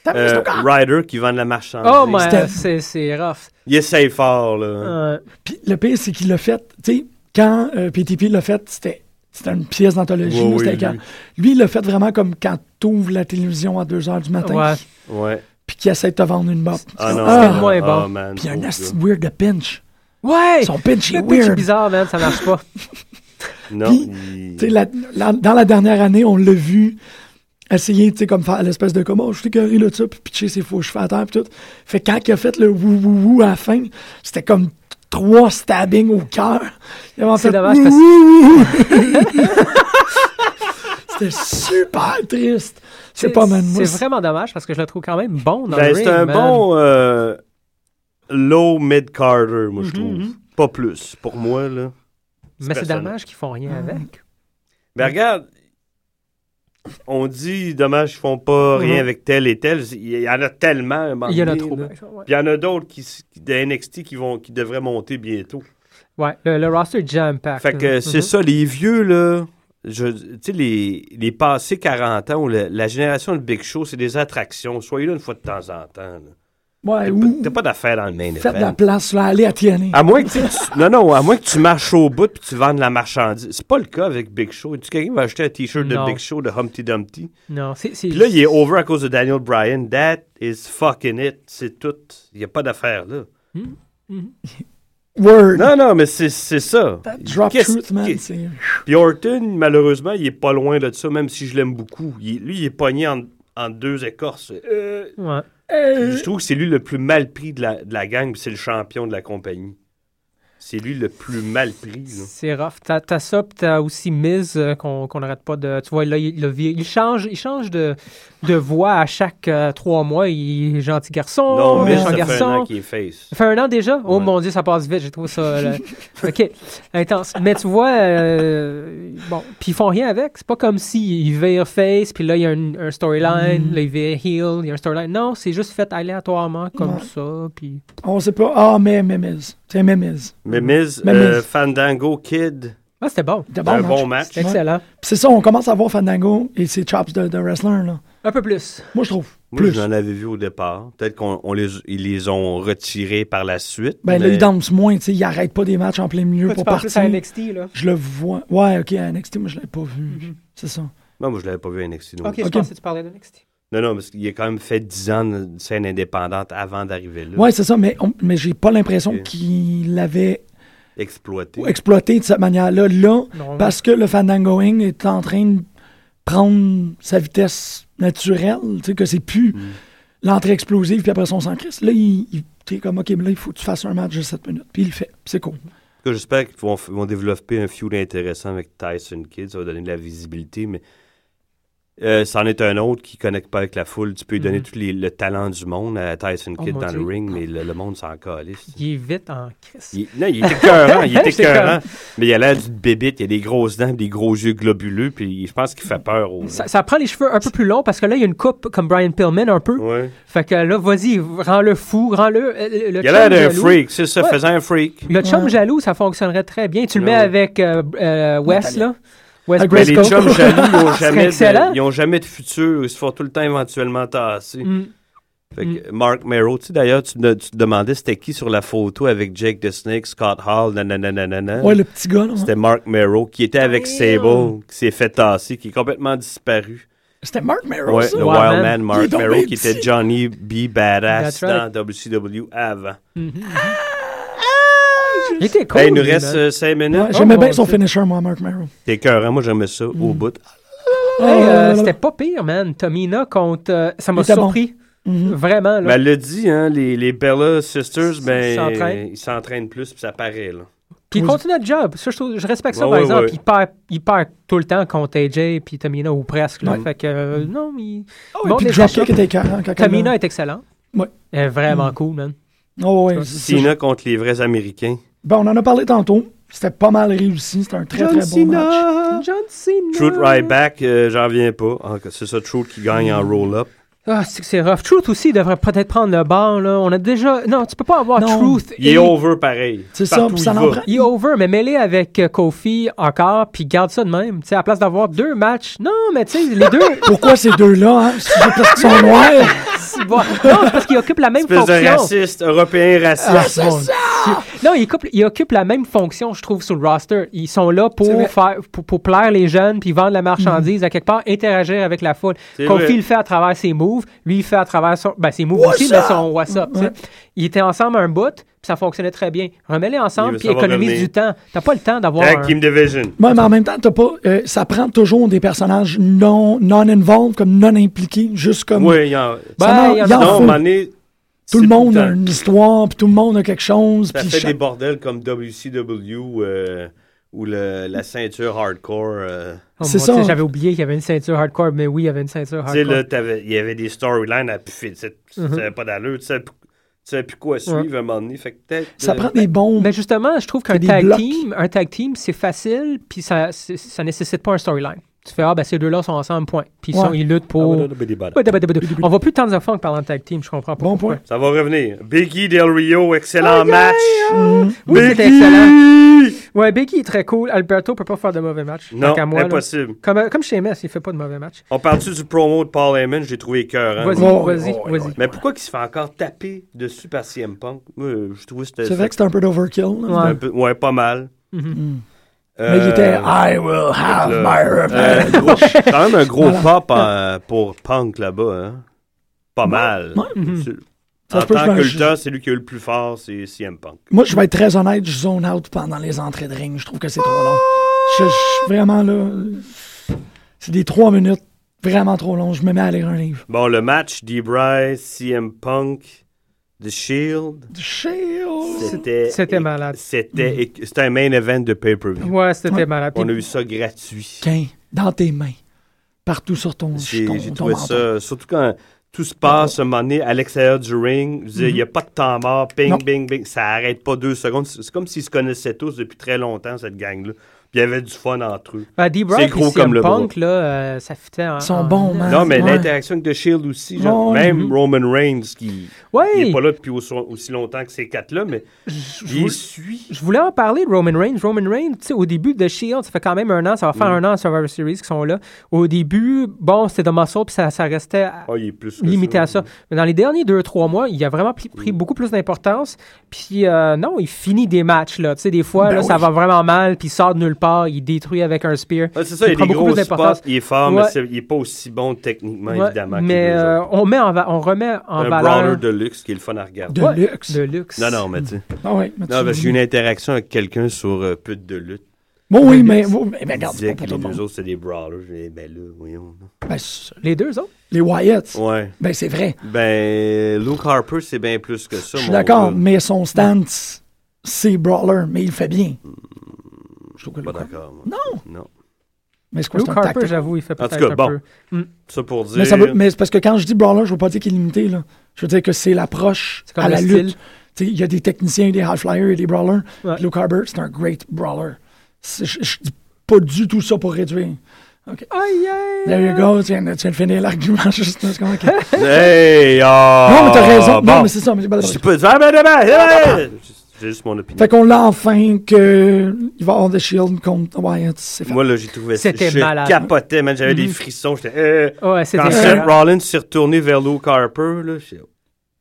Speaker 8: T'as mis ton
Speaker 10: Euh,
Speaker 8: gars.
Speaker 10: Ryder qui vend de la marchandise.
Speaker 11: Oh, my,
Speaker 8: C'était-
Speaker 11: c'est, c'est rough.
Speaker 10: Il essaye fort, là.
Speaker 11: Euh,
Speaker 8: Puis le pire, c'est qu'il l'a fait. Tu sais, quand euh, PTP l'a fait, c'était. C'était une pièce d'anthologie.
Speaker 10: Ouais,
Speaker 8: là,
Speaker 10: oui,
Speaker 8: c'était
Speaker 10: lui.
Speaker 8: quand- Lui, il l'a fait vraiment comme quand t'ouvres la télévision à 2 h du matin.
Speaker 11: ouais.
Speaker 10: Ouais.
Speaker 8: Puis qu'il essaie de te vendre une mop.
Speaker 10: Ah non.
Speaker 8: Ah.
Speaker 10: ah,
Speaker 11: moins
Speaker 10: ah,
Speaker 11: bon.
Speaker 10: man,
Speaker 8: Puis il y a un
Speaker 10: pauvre
Speaker 8: nasty
Speaker 10: gars.
Speaker 8: weird de pinch.
Speaker 11: Ouais!
Speaker 8: Son pitch est
Speaker 11: Le pitch
Speaker 8: weird.
Speaker 11: bizarre, Ah, man, ça marche pas.
Speaker 10: Non,
Speaker 8: Puis,
Speaker 10: il-
Speaker 8: Tu sais, la- la- dans la dernière année, on l'a vu essayer, tu sais, comme faire l'espèce de comme, oh, je suis écœuré là de ça, puis pitcher ses faux cheveux à terre, puis tout. Fait que quand il a fait le wou wou wou à la fin, c'était comme trois stabbings au cœur. Il avait
Speaker 11: C'est
Speaker 8: fait
Speaker 11: dommage
Speaker 8: wou,
Speaker 11: parce-
Speaker 8: wou, wou. C'était super triste. C'est pas mal moi.
Speaker 11: C'est vraiment dommage parce que je le trouve quand même bon dans
Speaker 10: Ben,
Speaker 11: le
Speaker 10: c'est
Speaker 11: ring,
Speaker 10: un
Speaker 11: man.
Speaker 10: bon euh, low mid-carter, moi, je trouve. Pas plus, pour moi, là.
Speaker 11: Mais c'est
Speaker 10: personnel.
Speaker 11: dommage qu'ils font rien
Speaker 8: Mm.
Speaker 11: avec.
Speaker 10: Ben regarde, on dit dommage qu'ils font pas rien
Speaker 11: Mhm.
Speaker 10: avec tel et tel. Il y en a tellement. à un moment
Speaker 11: Il y en a
Speaker 10: donné,
Speaker 11: trop.
Speaker 10: là.
Speaker 11: par exemple, ouais.
Speaker 10: Puis il y en a d'autres qui, s- qui- de NXT qui, vont, qui devraient monter bientôt.
Speaker 11: Ouais, le, le roster jam pack.
Speaker 10: Fait que c'est ça, les vieux, là. je- Tu sais, les, les passés 40 ans ou la, la génération de Big Show, c'est des attractions. Soyez là une fois de temps en temps. là.
Speaker 8: Ouais,
Speaker 10: T'as
Speaker 8: ou
Speaker 10: pas- T'as pas d'affaires dans le main
Speaker 8: faites de la
Speaker 10: event.
Speaker 8: place, là, allez à TNA.
Speaker 10: À moins que tu, tu- non, non, à moins que tu marches au bout puis tu vends de la marchandise. C'est pas le cas avec Big Show. Tu quelqu'un qui va acheter un t-shirt de
Speaker 11: Non.
Speaker 10: Big Show de Humpty Dumpty.
Speaker 11: Non, c'est. c'est-
Speaker 10: Puis là, il est over à cause de Daniel Bryan. That is fucking it. C'est tout. Il n'y a pas d'affaire là.
Speaker 8: Word.
Speaker 10: Non, non, mais c'est c'est ça.
Speaker 8: That drop
Speaker 10: Qu'est-ce-
Speaker 8: truth, man.
Speaker 10: qu'est-
Speaker 8: c'est-
Speaker 10: Puis Orton, malheureusement, il est pas loin de ça, même si je l'aime beaucoup. Il- lui, il est pogné en, en deux écorces. Euh,
Speaker 11: Ouais.
Speaker 10: je trouve que c'est lui le plus mal pris de la, de la gang, puis c'est le champion de la compagnie. C'est lui le plus mal pris. là.
Speaker 11: C'est rough. T'as, t'as ça, puis t'as aussi Miz euh, qu'on, qu'on arrête pas de. Tu vois, là, il, le vie- il change, il change de, de voix à chaque euh, trois mois. Il est gentil garçon,
Speaker 10: Non, mais
Speaker 8: Miz,
Speaker 11: méchant
Speaker 10: ça fait un an
Speaker 11: garçon.
Speaker 10: qu'il est face.
Speaker 11: Ça fait un an déjà? Oh
Speaker 10: Ouais.
Speaker 11: mon dieu, ça passe vite, j'ai trouvé ça. là. ok, intense. Mais tu vois, euh, bon, puis ils font rien avec. C'est pas comme si ils virent face, puis là il y a un, un
Speaker 10: Mm-hmm.
Speaker 11: storyline, là ils virent heel, il y a un storyline. Non, c'est juste fait aléatoirement comme
Speaker 8: Ouais.
Speaker 11: ça, puis.
Speaker 8: On sait pas. Ah, mais Memes. C'est Memes.
Speaker 10: Mais Miz,
Speaker 8: Mais
Speaker 10: euh,
Speaker 8: Miz.
Speaker 10: Fandango Kid,
Speaker 11: Ah, c'était bon.
Speaker 8: De
Speaker 10: un
Speaker 8: match.
Speaker 10: bon match.
Speaker 11: C'était excellent.
Speaker 8: C'est ça, on commence à voir Fandango et ses chops de, de wrestler, là.
Speaker 11: Un peu plus.
Speaker 8: Moi, je trouve.
Speaker 10: Moi,
Speaker 8: Plus.
Speaker 10: j'en avais vu au départ. Peut-être qu'on on les, ils les ont retirés par la suite.
Speaker 8: ben, là,
Speaker 10: mais-
Speaker 8: il danse moins, tu sais. Il arrête pas des matchs en plein milieu
Speaker 11: Toi, tu
Speaker 8: pour
Speaker 11: parles plus à
Speaker 8: partir.
Speaker 11: NXT, là.
Speaker 8: Je le vois. Ouais, ok, à NXT, moi, je l'avais pas
Speaker 11: Mm-hmm.
Speaker 8: vu. C'est ça.
Speaker 10: Non, moi, je l'avais pas vu à NXT. non.
Speaker 11: Ok, je
Speaker 8: Ok.
Speaker 11: pensais que tu parlais de NXT.
Speaker 10: Non, non, parce qu'il a quand même fait 10 ans de scène indépendante avant d'arriver là.
Speaker 8: Ouais, c'est ça, mais, on- mais j'ai pas l'impression
Speaker 10: Ok.
Speaker 8: qu'il avait
Speaker 10: exploité.
Speaker 8: ou exploité de cette manière-là, là,
Speaker 10: Non.
Speaker 8: parce que le fandangoing est en train de prendre sa vitesse naturelle, tu sais, que c'est plus
Speaker 10: Mm.
Speaker 8: l'entrée explosive, puis après son sang crisse. Là, il, il- t'es comme, OK, mais là, il faut que tu fasses un match de 7 minutes, puis il le fait, puis c'est cool.
Speaker 10: En tout cas, J'espère qu'ils vont, f- vont développer un feud intéressant avec Tyson Kidd. Ça va donner de la visibilité, mais euh, c'en est un autre qui ne connecte pas avec la foule. Tu peux lui donner
Speaker 11: Mhm.
Speaker 10: tout les- le talent du monde à Tyson
Speaker 11: Oh,
Speaker 10: Kidd
Speaker 11: mon
Speaker 10: dans
Speaker 11: Dieu.
Speaker 10: le ring, mais le, le monde s'en calisse.
Speaker 11: Il est vite en crise.
Speaker 10: Il, non, il est écœurant, il est
Speaker 11: J'étais
Speaker 10: écœurant.
Speaker 11: comme-
Speaker 10: Mais il a l'air d'une bébite, il a des grosses dents, des gros yeux globuleux, puis je pense qu'il fait peur aux gens.
Speaker 11: Ça, ça prend les cheveux un peu plus longs parce que là, il y a une coupe comme Brian Pillman un peu. Fait que là, vas-y, rends-le fou, rends-le. euh, le- le
Speaker 10: Il a l'air
Speaker 11: chum
Speaker 10: d'un
Speaker 11: jaloux.
Speaker 10: freak, c'est ça,
Speaker 11: Ouais.
Speaker 10: faisant un freak.
Speaker 11: Le chum
Speaker 10: Ouais.
Speaker 11: jaloux, ça fonctionnerait très bien. Tu le
Speaker 10: Ouais,
Speaker 11: mets
Speaker 10: ouais.
Speaker 11: avec euh, euh, Wes,
Speaker 10: Nathalie.
Speaker 11: là. Wes
Speaker 10: Mais les
Speaker 11: Briscoe.
Speaker 10: chums jaloux, ils n'ont
Speaker 11: Ce serait
Speaker 10: jamais,
Speaker 11: excellent.
Speaker 10: de- ils ont jamais de futur. Ils se font tout le temps éventuellement tasser.
Speaker 11: Mm.
Speaker 10: Fait que
Speaker 8: Mm.
Speaker 10: Mark Merrow, tu sais, d'ailleurs, tu, me- tu te demandais c'était qui sur la photo avec Jake the Snake, Scott Hall, nanana, nanana.
Speaker 8: Ouais, le petit gars, là, ouais.
Speaker 10: C'était Mark Merrow qui était avec Sable, qui s'est fait tasser, qui est complètement disparu.
Speaker 8: C'était Mark Merrow,
Speaker 10: Ouais,
Speaker 8: ça?
Speaker 10: le
Speaker 8: Ouais,
Speaker 10: Wild
Speaker 8: man. Il
Speaker 10: Man
Speaker 8: est
Speaker 10: Mark
Speaker 8: donc
Speaker 10: Merrow
Speaker 8: bien
Speaker 10: qui
Speaker 8: petit.
Speaker 10: était Johnny B.
Speaker 11: That's
Speaker 10: Badass
Speaker 11: right.
Speaker 10: dans WCW avant.
Speaker 8: Mm-hmm.
Speaker 11: Il était cool.
Speaker 10: Hey, il nous
Speaker 11: lui,
Speaker 10: reste
Speaker 11: là.
Speaker 10: 5 minutes. Oh,
Speaker 8: Ouais, J'aimais bien son Mm. finisher, moi, Mark Merrow.
Speaker 10: T'es cœur, moi j'aimais ça au bout.
Speaker 11: Hey,
Speaker 8: Oh,
Speaker 11: euh,
Speaker 8: là, là.
Speaker 11: C'était pas pire, man. Tomina contre. euh, ça
Speaker 8: Il
Speaker 11: m'a
Speaker 8: était bon.
Speaker 11: surpris. Vraiment, là.
Speaker 10: Ben, elle l'a dit, hein, les, les Bella Sisters, ben,
Speaker 11: s'entraînent.
Speaker 10: ils s'entraînent plus, puis ça paraît. Là.
Speaker 11: Puis il continue le job. Ça, je, trouve- je respecte ça, par
Speaker 10: Ouais, ouais,
Speaker 11: exemple.
Speaker 10: ouais.
Speaker 11: Il, perd, il perd tout le temps contre AJ puis Tamina, ou presque. Là.
Speaker 8: Ouais.
Speaker 11: Fait que, euh, non, il.
Speaker 8: ouais,
Speaker 11: montre
Speaker 8: Oh, puis
Speaker 11: les
Speaker 8: Dropkick
Speaker 11: actions.
Speaker 8: était écœurant quand elle
Speaker 11: Tamina
Speaker 8: l'a-
Speaker 11: est excellent.
Speaker 8: Ouais.
Speaker 11: Elle est vraiment
Speaker 8: Mm.
Speaker 11: cool, man.
Speaker 8: Oh, ouais, c'est- c'est-
Speaker 10: Cena contre les vrais Américains.
Speaker 8: Ben, on en a parlé tantôt. C'était pas mal réussi. C'était un très,
Speaker 11: John
Speaker 8: très bon match.
Speaker 11: John Cena.
Speaker 10: Truth right back, euh, j'en reviens pas. Ah, que c'est ça, Truth qui gagne en roll-up.
Speaker 11: Ah, c'est que c'est rough. Truth aussi devrait peut-être prendre le bord, là. On a déjà. Non, tu peux pas avoir Truth.
Speaker 10: Il est over pareil.
Speaker 8: C'est ça,
Speaker 10: Partout
Speaker 8: puis
Speaker 10: où
Speaker 8: ça
Speaker 10: il
Speaker 8: en
Speaker 10: va.
Speaker 8: prend.
Speaker 11: Il est over, mais mêlé avec euh, Kofi encore, puis garde ça de même. Tu sais, à place d'avoir deux matchs. Non, mais tu sais, les deux.
Speaker 8: Pourquoi ces deux-là, hein? C'est juste parce qu'ils sont noirs.
Speaker 11: C'est bon. Non, c'est parce qu'il occupe la même
Speaker 10: Espèce de
Speaker 11: fonction.
Speaker 10: raciste, européen raciste.
Speaker 11: Mon Dieu. Non, il occupe, il occupe la même fonction, je trouve, sur le roster. Ils sont là
Speaker 8: C'est vrai.
Speaker 11: pour, faire, pour, pour plaire les jeunes, puis vendre la marchandise à quelque part, interagir avec la foule.
Speaker 10: C'est
Speaker 11: Kofi
Speaker 10: vrai.
Speaker 11: le fait à travers ses moves, lui il fait à travers son, ben, ses moves
Speaker 8: What's
Speaker 11: aussi,
Speaker 8: up?
Speaker 11: mais son WhatsApp. tu sais. Ils étaient ensemble un bout, puis ça fonctionnait très bien. Remets-les
Speaker 10: Il
Speaker 11: ensemble,
Speaker 10: veut
Speaker 11: puis
Speaker 10: savoir
Speaker 11: économise
Speaker 10: revenir.
Speaker 11: du temps. T'as pas le temps d'avoir.
Speaker 10: Tag
Speaker 11: un-
Speaker 10: Team Division.
Speaker 8: Ouais, mais en même temps, t'as pas. euh, ça prend toujours des personnages non, non involved, comme non impliqués, juste comme.
Speaker 10: Oui, il y en
Speaker 8: Ça
Speaker 11: Ben,
Speaker 8: en-
Speaker 11: il y en
Speaker 8: il
Speaker 11: a-
Speaker 8: en
Speaker 10: Non,
Speaker 8: faut.
Speaker 10: mané,
Speaker 8: Tout le
Speaker 10: c'est
Speaker 8: monde
Speaker 10: tout
Speaker 8: a
Speaker 10: le temps.
Speaker 8: une histoire, puis tout le monde a quelque chose.
Speaker 10: ça
Speaker 8: puis
Speaker 10: fait
Speaker 8: chaque-
Speaker 10: des bordels comme WCW euh, ou le- la ceinture hardcore. euh,
Speaker 11: Oh,
Speaker 8: C'est
Speaker 11: mon
Speaker 8: ça.
Speaker 11: Dieu, J'avais oublié qu'il y avait une ceinture hardcore, mais oui, il y avait une ceinture
Speaker 10: Tu sais,
Speaker 11: hardcore. Mm-hmm.
Speaker 10: là, t'avais- il y avait des storylines à puffer. Tu sais, tu savais pas d'allure. Tu savais p- tu savais plus quoi suivre à un moment donné. Fait que peut-être.
Speaker 8: Ça
Speaker 10: euh,
Speaker 8: prend des bons.
Speaker 11: Mais justement, je trouve
Speaker 8: y a
Speaker 11: qu'un
Speaker 8: des
Speaker 11: tag
Speaker 8: blocs.
Speaker 11: team, un tag team, c'est facile, puis ça, c'est- ça nécessite pas un storyline. Tu fais ah ben ces deux-là sont ensemble, point. Puis ils, sont-
Speaker 8: Ah Ouais.
Speaker 11: ils luttent pour. On voit plus tant de funk parlant de tag team, je comprends pas.
Speaker 8: Bon
Speaker 11: pourquoi.
Speaker 8: point.
Speaker 10: Ça va revenir. Biggie Del Rio, excellent match.
Speaker 11: Oh,
Speaker 8: Mm-hmm.
Speaker 11: Oui,
Speaker 10: Biggie!
Speaker 11: c'était excellent. Ouais, Becky est très cool. Alberto peut pas faire de mauvais matchs.
Speaker 10: Non,
Speaker 11: Tant qu'à moi, là.
Speaker 10: impossible.
Speaker 11: Comme, euh, comme chez MS, il fait pas de mauvais matchs.
Speaker 10: On parle-tu du promo de Paul Heyman? Je l'ai trouvé cœur.
Speaker 11: Vas-y,
Speaker 8: ouais,
Speaker 11: vas-y,
Speaker 8: ouais,
Speaker 11: vas-y.
Speaker 10: Mais pourquoi qu'il se fait encore taper dessus par CM Punk? Moi, euh, je trouvais que c'était.
Speaker 8: C'est vrai que c'était un peu d'overkill. là.
Speaker 10: c'était un peu- ouais, pas mal.
Speaker 8: Mm-hmm. Mais il était.
Speaker 10: Euh,
Speaker 8: I will have
Speaker 10: le-
Speaker 8: my
Speaker 10: Euh,
Speaker 8: revenge.
Speaker 10: gros- quand même un gros pop en- pour Punk là-bas. hein. Pas mal. C'est-
Speaker 8: Mm-hmm. Ça
Speaker 10: En
Speaker 8: se peut, je
Speaker 10: tant que
Speaker 8: me-
Speaker 10: lutteur, c'est lui qui est le plus fort, c'est CM Punk.
Speaker 8: Moi, je vais être très honnête, je zone out pendant les entrées de ring. Je trouve que c'est trop long. Je, je- vraiment, là. C'est des trois minutes. Vraiment trop long. Je me mets à lire un livre.
Speaker 10: Bon, le match, D-Bry, CM Punk, The Shield,
Speaker 8: Shield.
Speaker 10: c'était...
Speaker 11: C'était malade.
Speaker 10: C'était c'était un main event de pay-per-view.
Speaker 11: Ouais, c'était
Speaker 8: Mm-hmm. Ouais.
Speaker 11: malade.
Speaker 10: On a
Speaker 11: Puis-
Speaker 10: eu ça gratuit.
Speaker 8: Tiens, dans tes mains. Partout sur ton.
Speaker 10: J'ai
Speaker 8: ton-
Speaker 10: j'ai
Speaker 8: ton
Speaker 10: trouvé
Speaker 8: menton.
Speaker 10: ça, surtout quand tout se passe un moment donné à l'extérieur du ring, je veux dire, il n'y a pas de temps mort, ping,
Speaker 8: Non.
Speaker 10: bing, bing, ça arrête pas deux secondes. C'est c'est comme s'ils se connaissaient tous depuis très longtemps, cette gang-là. Puis il y avait du fun entre eux.
Speaker 11: Ben, D-Brock
Speaker 10: C'est gros
Speaker 11: et CM
Speaker 10: comme le
Speaker 11: Punk, là, euh, ça fitait en.
Speaker 8: Ils sont
Speaker 11: en-
Speaker 8: bons, man.
Speaker 10: Non, mais
Speaker 8: Ouais.
Speaker 10: l'interaction avec The Shield aussi, genre,
Speaker 8: Oh,
Speaker 10: même Roman Reigns, qui
Speaker 11: mm-hmm. Ouais.
Speaker 10: n'est pas là depuis aussi, aussi longtemps que ces quatre-là, mais il suit.
Speaker 11: Je voulais en parler de Roman Reigns. Roman Reigns, tu sais, au début de Shield, ça fait quand même un an, ça va faire
Speaker 10: Mm.
Speaker 11: un an à Survivor Series qui sont là. Au début, bon, c'était de muscle, puis ça, ça restait à-
Speaker 10: Ah, il est plus que
Speaker 11: limité à ça. Mais dans les derniers deux, trois mois, il a vraiment pris, pris beaucoup plus d'importance. Puis euh, non, il finit des matchs, là. Tu sais, des fois,
Speaker 8: Ben
Speaker 11: là, ça
Speaker 8: oui.
Speaker 11: va vraiment mal, puis il sort de nulle fort, il détruit avec un spear.
Speaker 10: Ouais, c'est ça, il, y a
Speaker 11: prend
Speaker 10: des
Speaker 11: beaucoup
Speaker 10: gros
Speaker 11: plus d'importance.
Speaker 10: spots, il est fort,
Speaker 11: Ouais.
Speaker 10: mais c'est- il est pas aussi bon techniquement,
Speaker 11: Ouais,
Speaker 10: évidemment. que
Speaker 11: Mais
Speaker 10: les deux
Speaker 11: euh,
Speaker 10: autres.
Speaker 11: on, met en va- on remet en
Speaker 10: un
Speaker 11: valeur.
Speaker 10: brawler de luxe qui est le fun à regarder.
Speaker 11: De euh, Ouais, luxe. de luxe.
Speaker 10: Non, non, mais tu sais.
Speaker 8: Ah ouais, mais
Speaker 10: non, ben,
Speaker 8: tu-
Speaker 10: parce que j'ai eu une interaction avec quelqu'un sur euh, pute de lutte.
Speaker 8: Bon, oui, mais-
Speaker 10: vous
Speaker 8: vous- mais ben, regarde, c'est
Speaker 10: disait
Speaker 8: pas
Speaker 10: que
Speaker 8: pour
Speaker 10: les
Speaker 8: tout le
Speaker 10: deux autres, c'est des brawlers. Je dis, ben là, voyons.
Speaker 8: Ben, c'est-
Speaker 11: Les deux autres?
Speaker 8: Les Wyatts.
Speaker 10: Ouais.
Speaker 8: Ben, c'est vrai.
Speaker 10: Ben, Luke Harper, c'est bien plus que
Speaker 8: Je
Speaker 10: ça.
Speaker 8: suis
Speaker 10: mon
Speaker 8: d'accord,
Speaker 10: gars.
Speaker 8: mais son stance, c'est brawler, mais il le fait bien.
Speaker 10: Mm. Je suis pas d'accord. moi.
Speaker 8: Non.
Speaker 10: Non.
Speaker 8: Mais c'est quoi,
Speaker 11: Luke
Speaker 8: c'est un
Speaker 11: Harper,
Speaker 8: tactique?
Speaker 11: j'avoue, il fait
Speaker 10: En tout
Speaker 11: peut-être
Speaker 10: cas,
Speaker 11: un
Speaker 10: bon.
Speaker 11: peu. Mm.
Speaker 10: Ça pour dire.
Speaker 8: Hmm. Mais, ça veut- mais c'est parce que quand je dis brawler, je veux pas dire qu'il est limité. Là. Je veux dire que c'est l'approche
Speaker 11: comme
Speaker 8: à
Speaker 11: le
Speaker 8: la
Speaker 11: style.
Speaker 8: lutte. Tu sais, Il y a des techniciens, des high flyers et des brawlers.
Speaker 11: Ouais.
Speaker 8: Luke Harper, c'est un great brawler. C'est- Je, je dis pas du tout ça pour réduire. OK.
Speaker 11: Oh,
Speaker 8: There you go, tu viens, de- tu viens de finir l'argument juste. là, c'est comme, OK.
Speaker 10: Hey, ah,
Speaker 8: Non, mais t'as raison.
Speaker 10: bon.
Speaker 8: Non, mais c'est ça. Mais...
Speaker 10: Je sais pas. Ah, ben, ben, ben, ben, ben. J'ai juste mon opinion.
Speaker 8: Fait qu'on l'a enfin que il va avoir The Shield contre Wyatt. C'est fait.
Speaker 10: Moi, là, j'ai trouvé ça.
Speaker 11: C'était
Speaker 10: je
Speaker 11: malade.
Speaker 10: capotais, man. J'avais des
Speaker 11: Mhm.
Speaker 10: frissons. J'étais. euh,
Speaker 11: Ouais, c'était
Speaker 10: Quand Seth
Speaker 11: malade.
Speaker 10: Rollins s'est retourné vers Luke Harper, là, j'ai.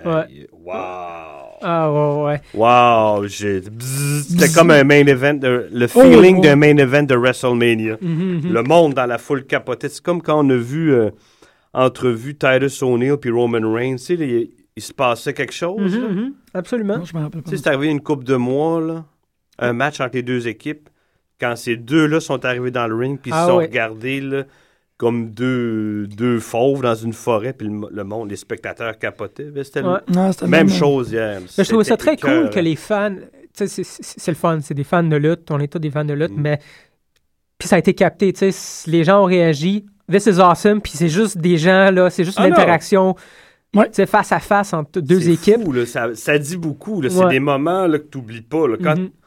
Speaker 11: Ouais.
Speaker 10: Wow.
Speaker 11: Ah, ouais, ouais.
Speaker 10: Wow, j'ai- Bzzz. c'était comme un main event, de- le
Speaker 11: Oh,
Speaker 10: feeling
Speaker 11: oh.
Speaker 10: d'un main event de WrestleMania.
Speaker 11: Mhm, mhm.
Speaker 10: Le monde dans la foule capotait. C'est comme quand on a vu euh, entrevue Titus O'Neill puis Roman Reigns, tu sais, là, il, il se passait quelque chose. là.
Speaker 11: Mhm, mhm. Absolument.
Speaker 8: je m'en rappelle
Speaker 10: Tu sais, c'est arrivé une coupe de mois, là, un match entre les deux équipes. Quand ces deux-là sont arrivés dans le ring, puis ils
Speaker 11: Ah
Speaker 10: se sont
Speaker 11: ouais.
Speaker 10: regardés là, comme deux, deux fauves dans une forêt, puis le, le monde, les spectateurs capotaient. Ben, C'était le-
Speaker 11: Ouais.
Speaker 8: Non, c'était le
Speaker 10: même
Speaker 8: même.
Speaker 10: chose hier.
Speaker 11: Mais je trouvais ça très
Speaker 10: C'était écœurant.
Speaker 11: cool que les fans. Tu sais, c'est- c'est c'est le fun, c'est des fans de lutte, on est tous des fans de lutte,
Speaker 10: Mm.
Speaker 11: mais. Puis ça a été capté, tu sais, c- les gens ont réagi. This is awesome, puis c'est juste des gens, là, c'est juste
Speaker 10: Ah, non.
Speaker 11: l'interaction, tu sais, face à face entre deux
Speaker 10: C'est
Speaker 11: équipes.
Speaker 10: fou, là, ça, ça dit beaucoup. là. C'est
Speaker 11: Ouais.
Speaker 10: des moments là, que tu n'oublies pas. là. Quand
Speaker 11: Mhm.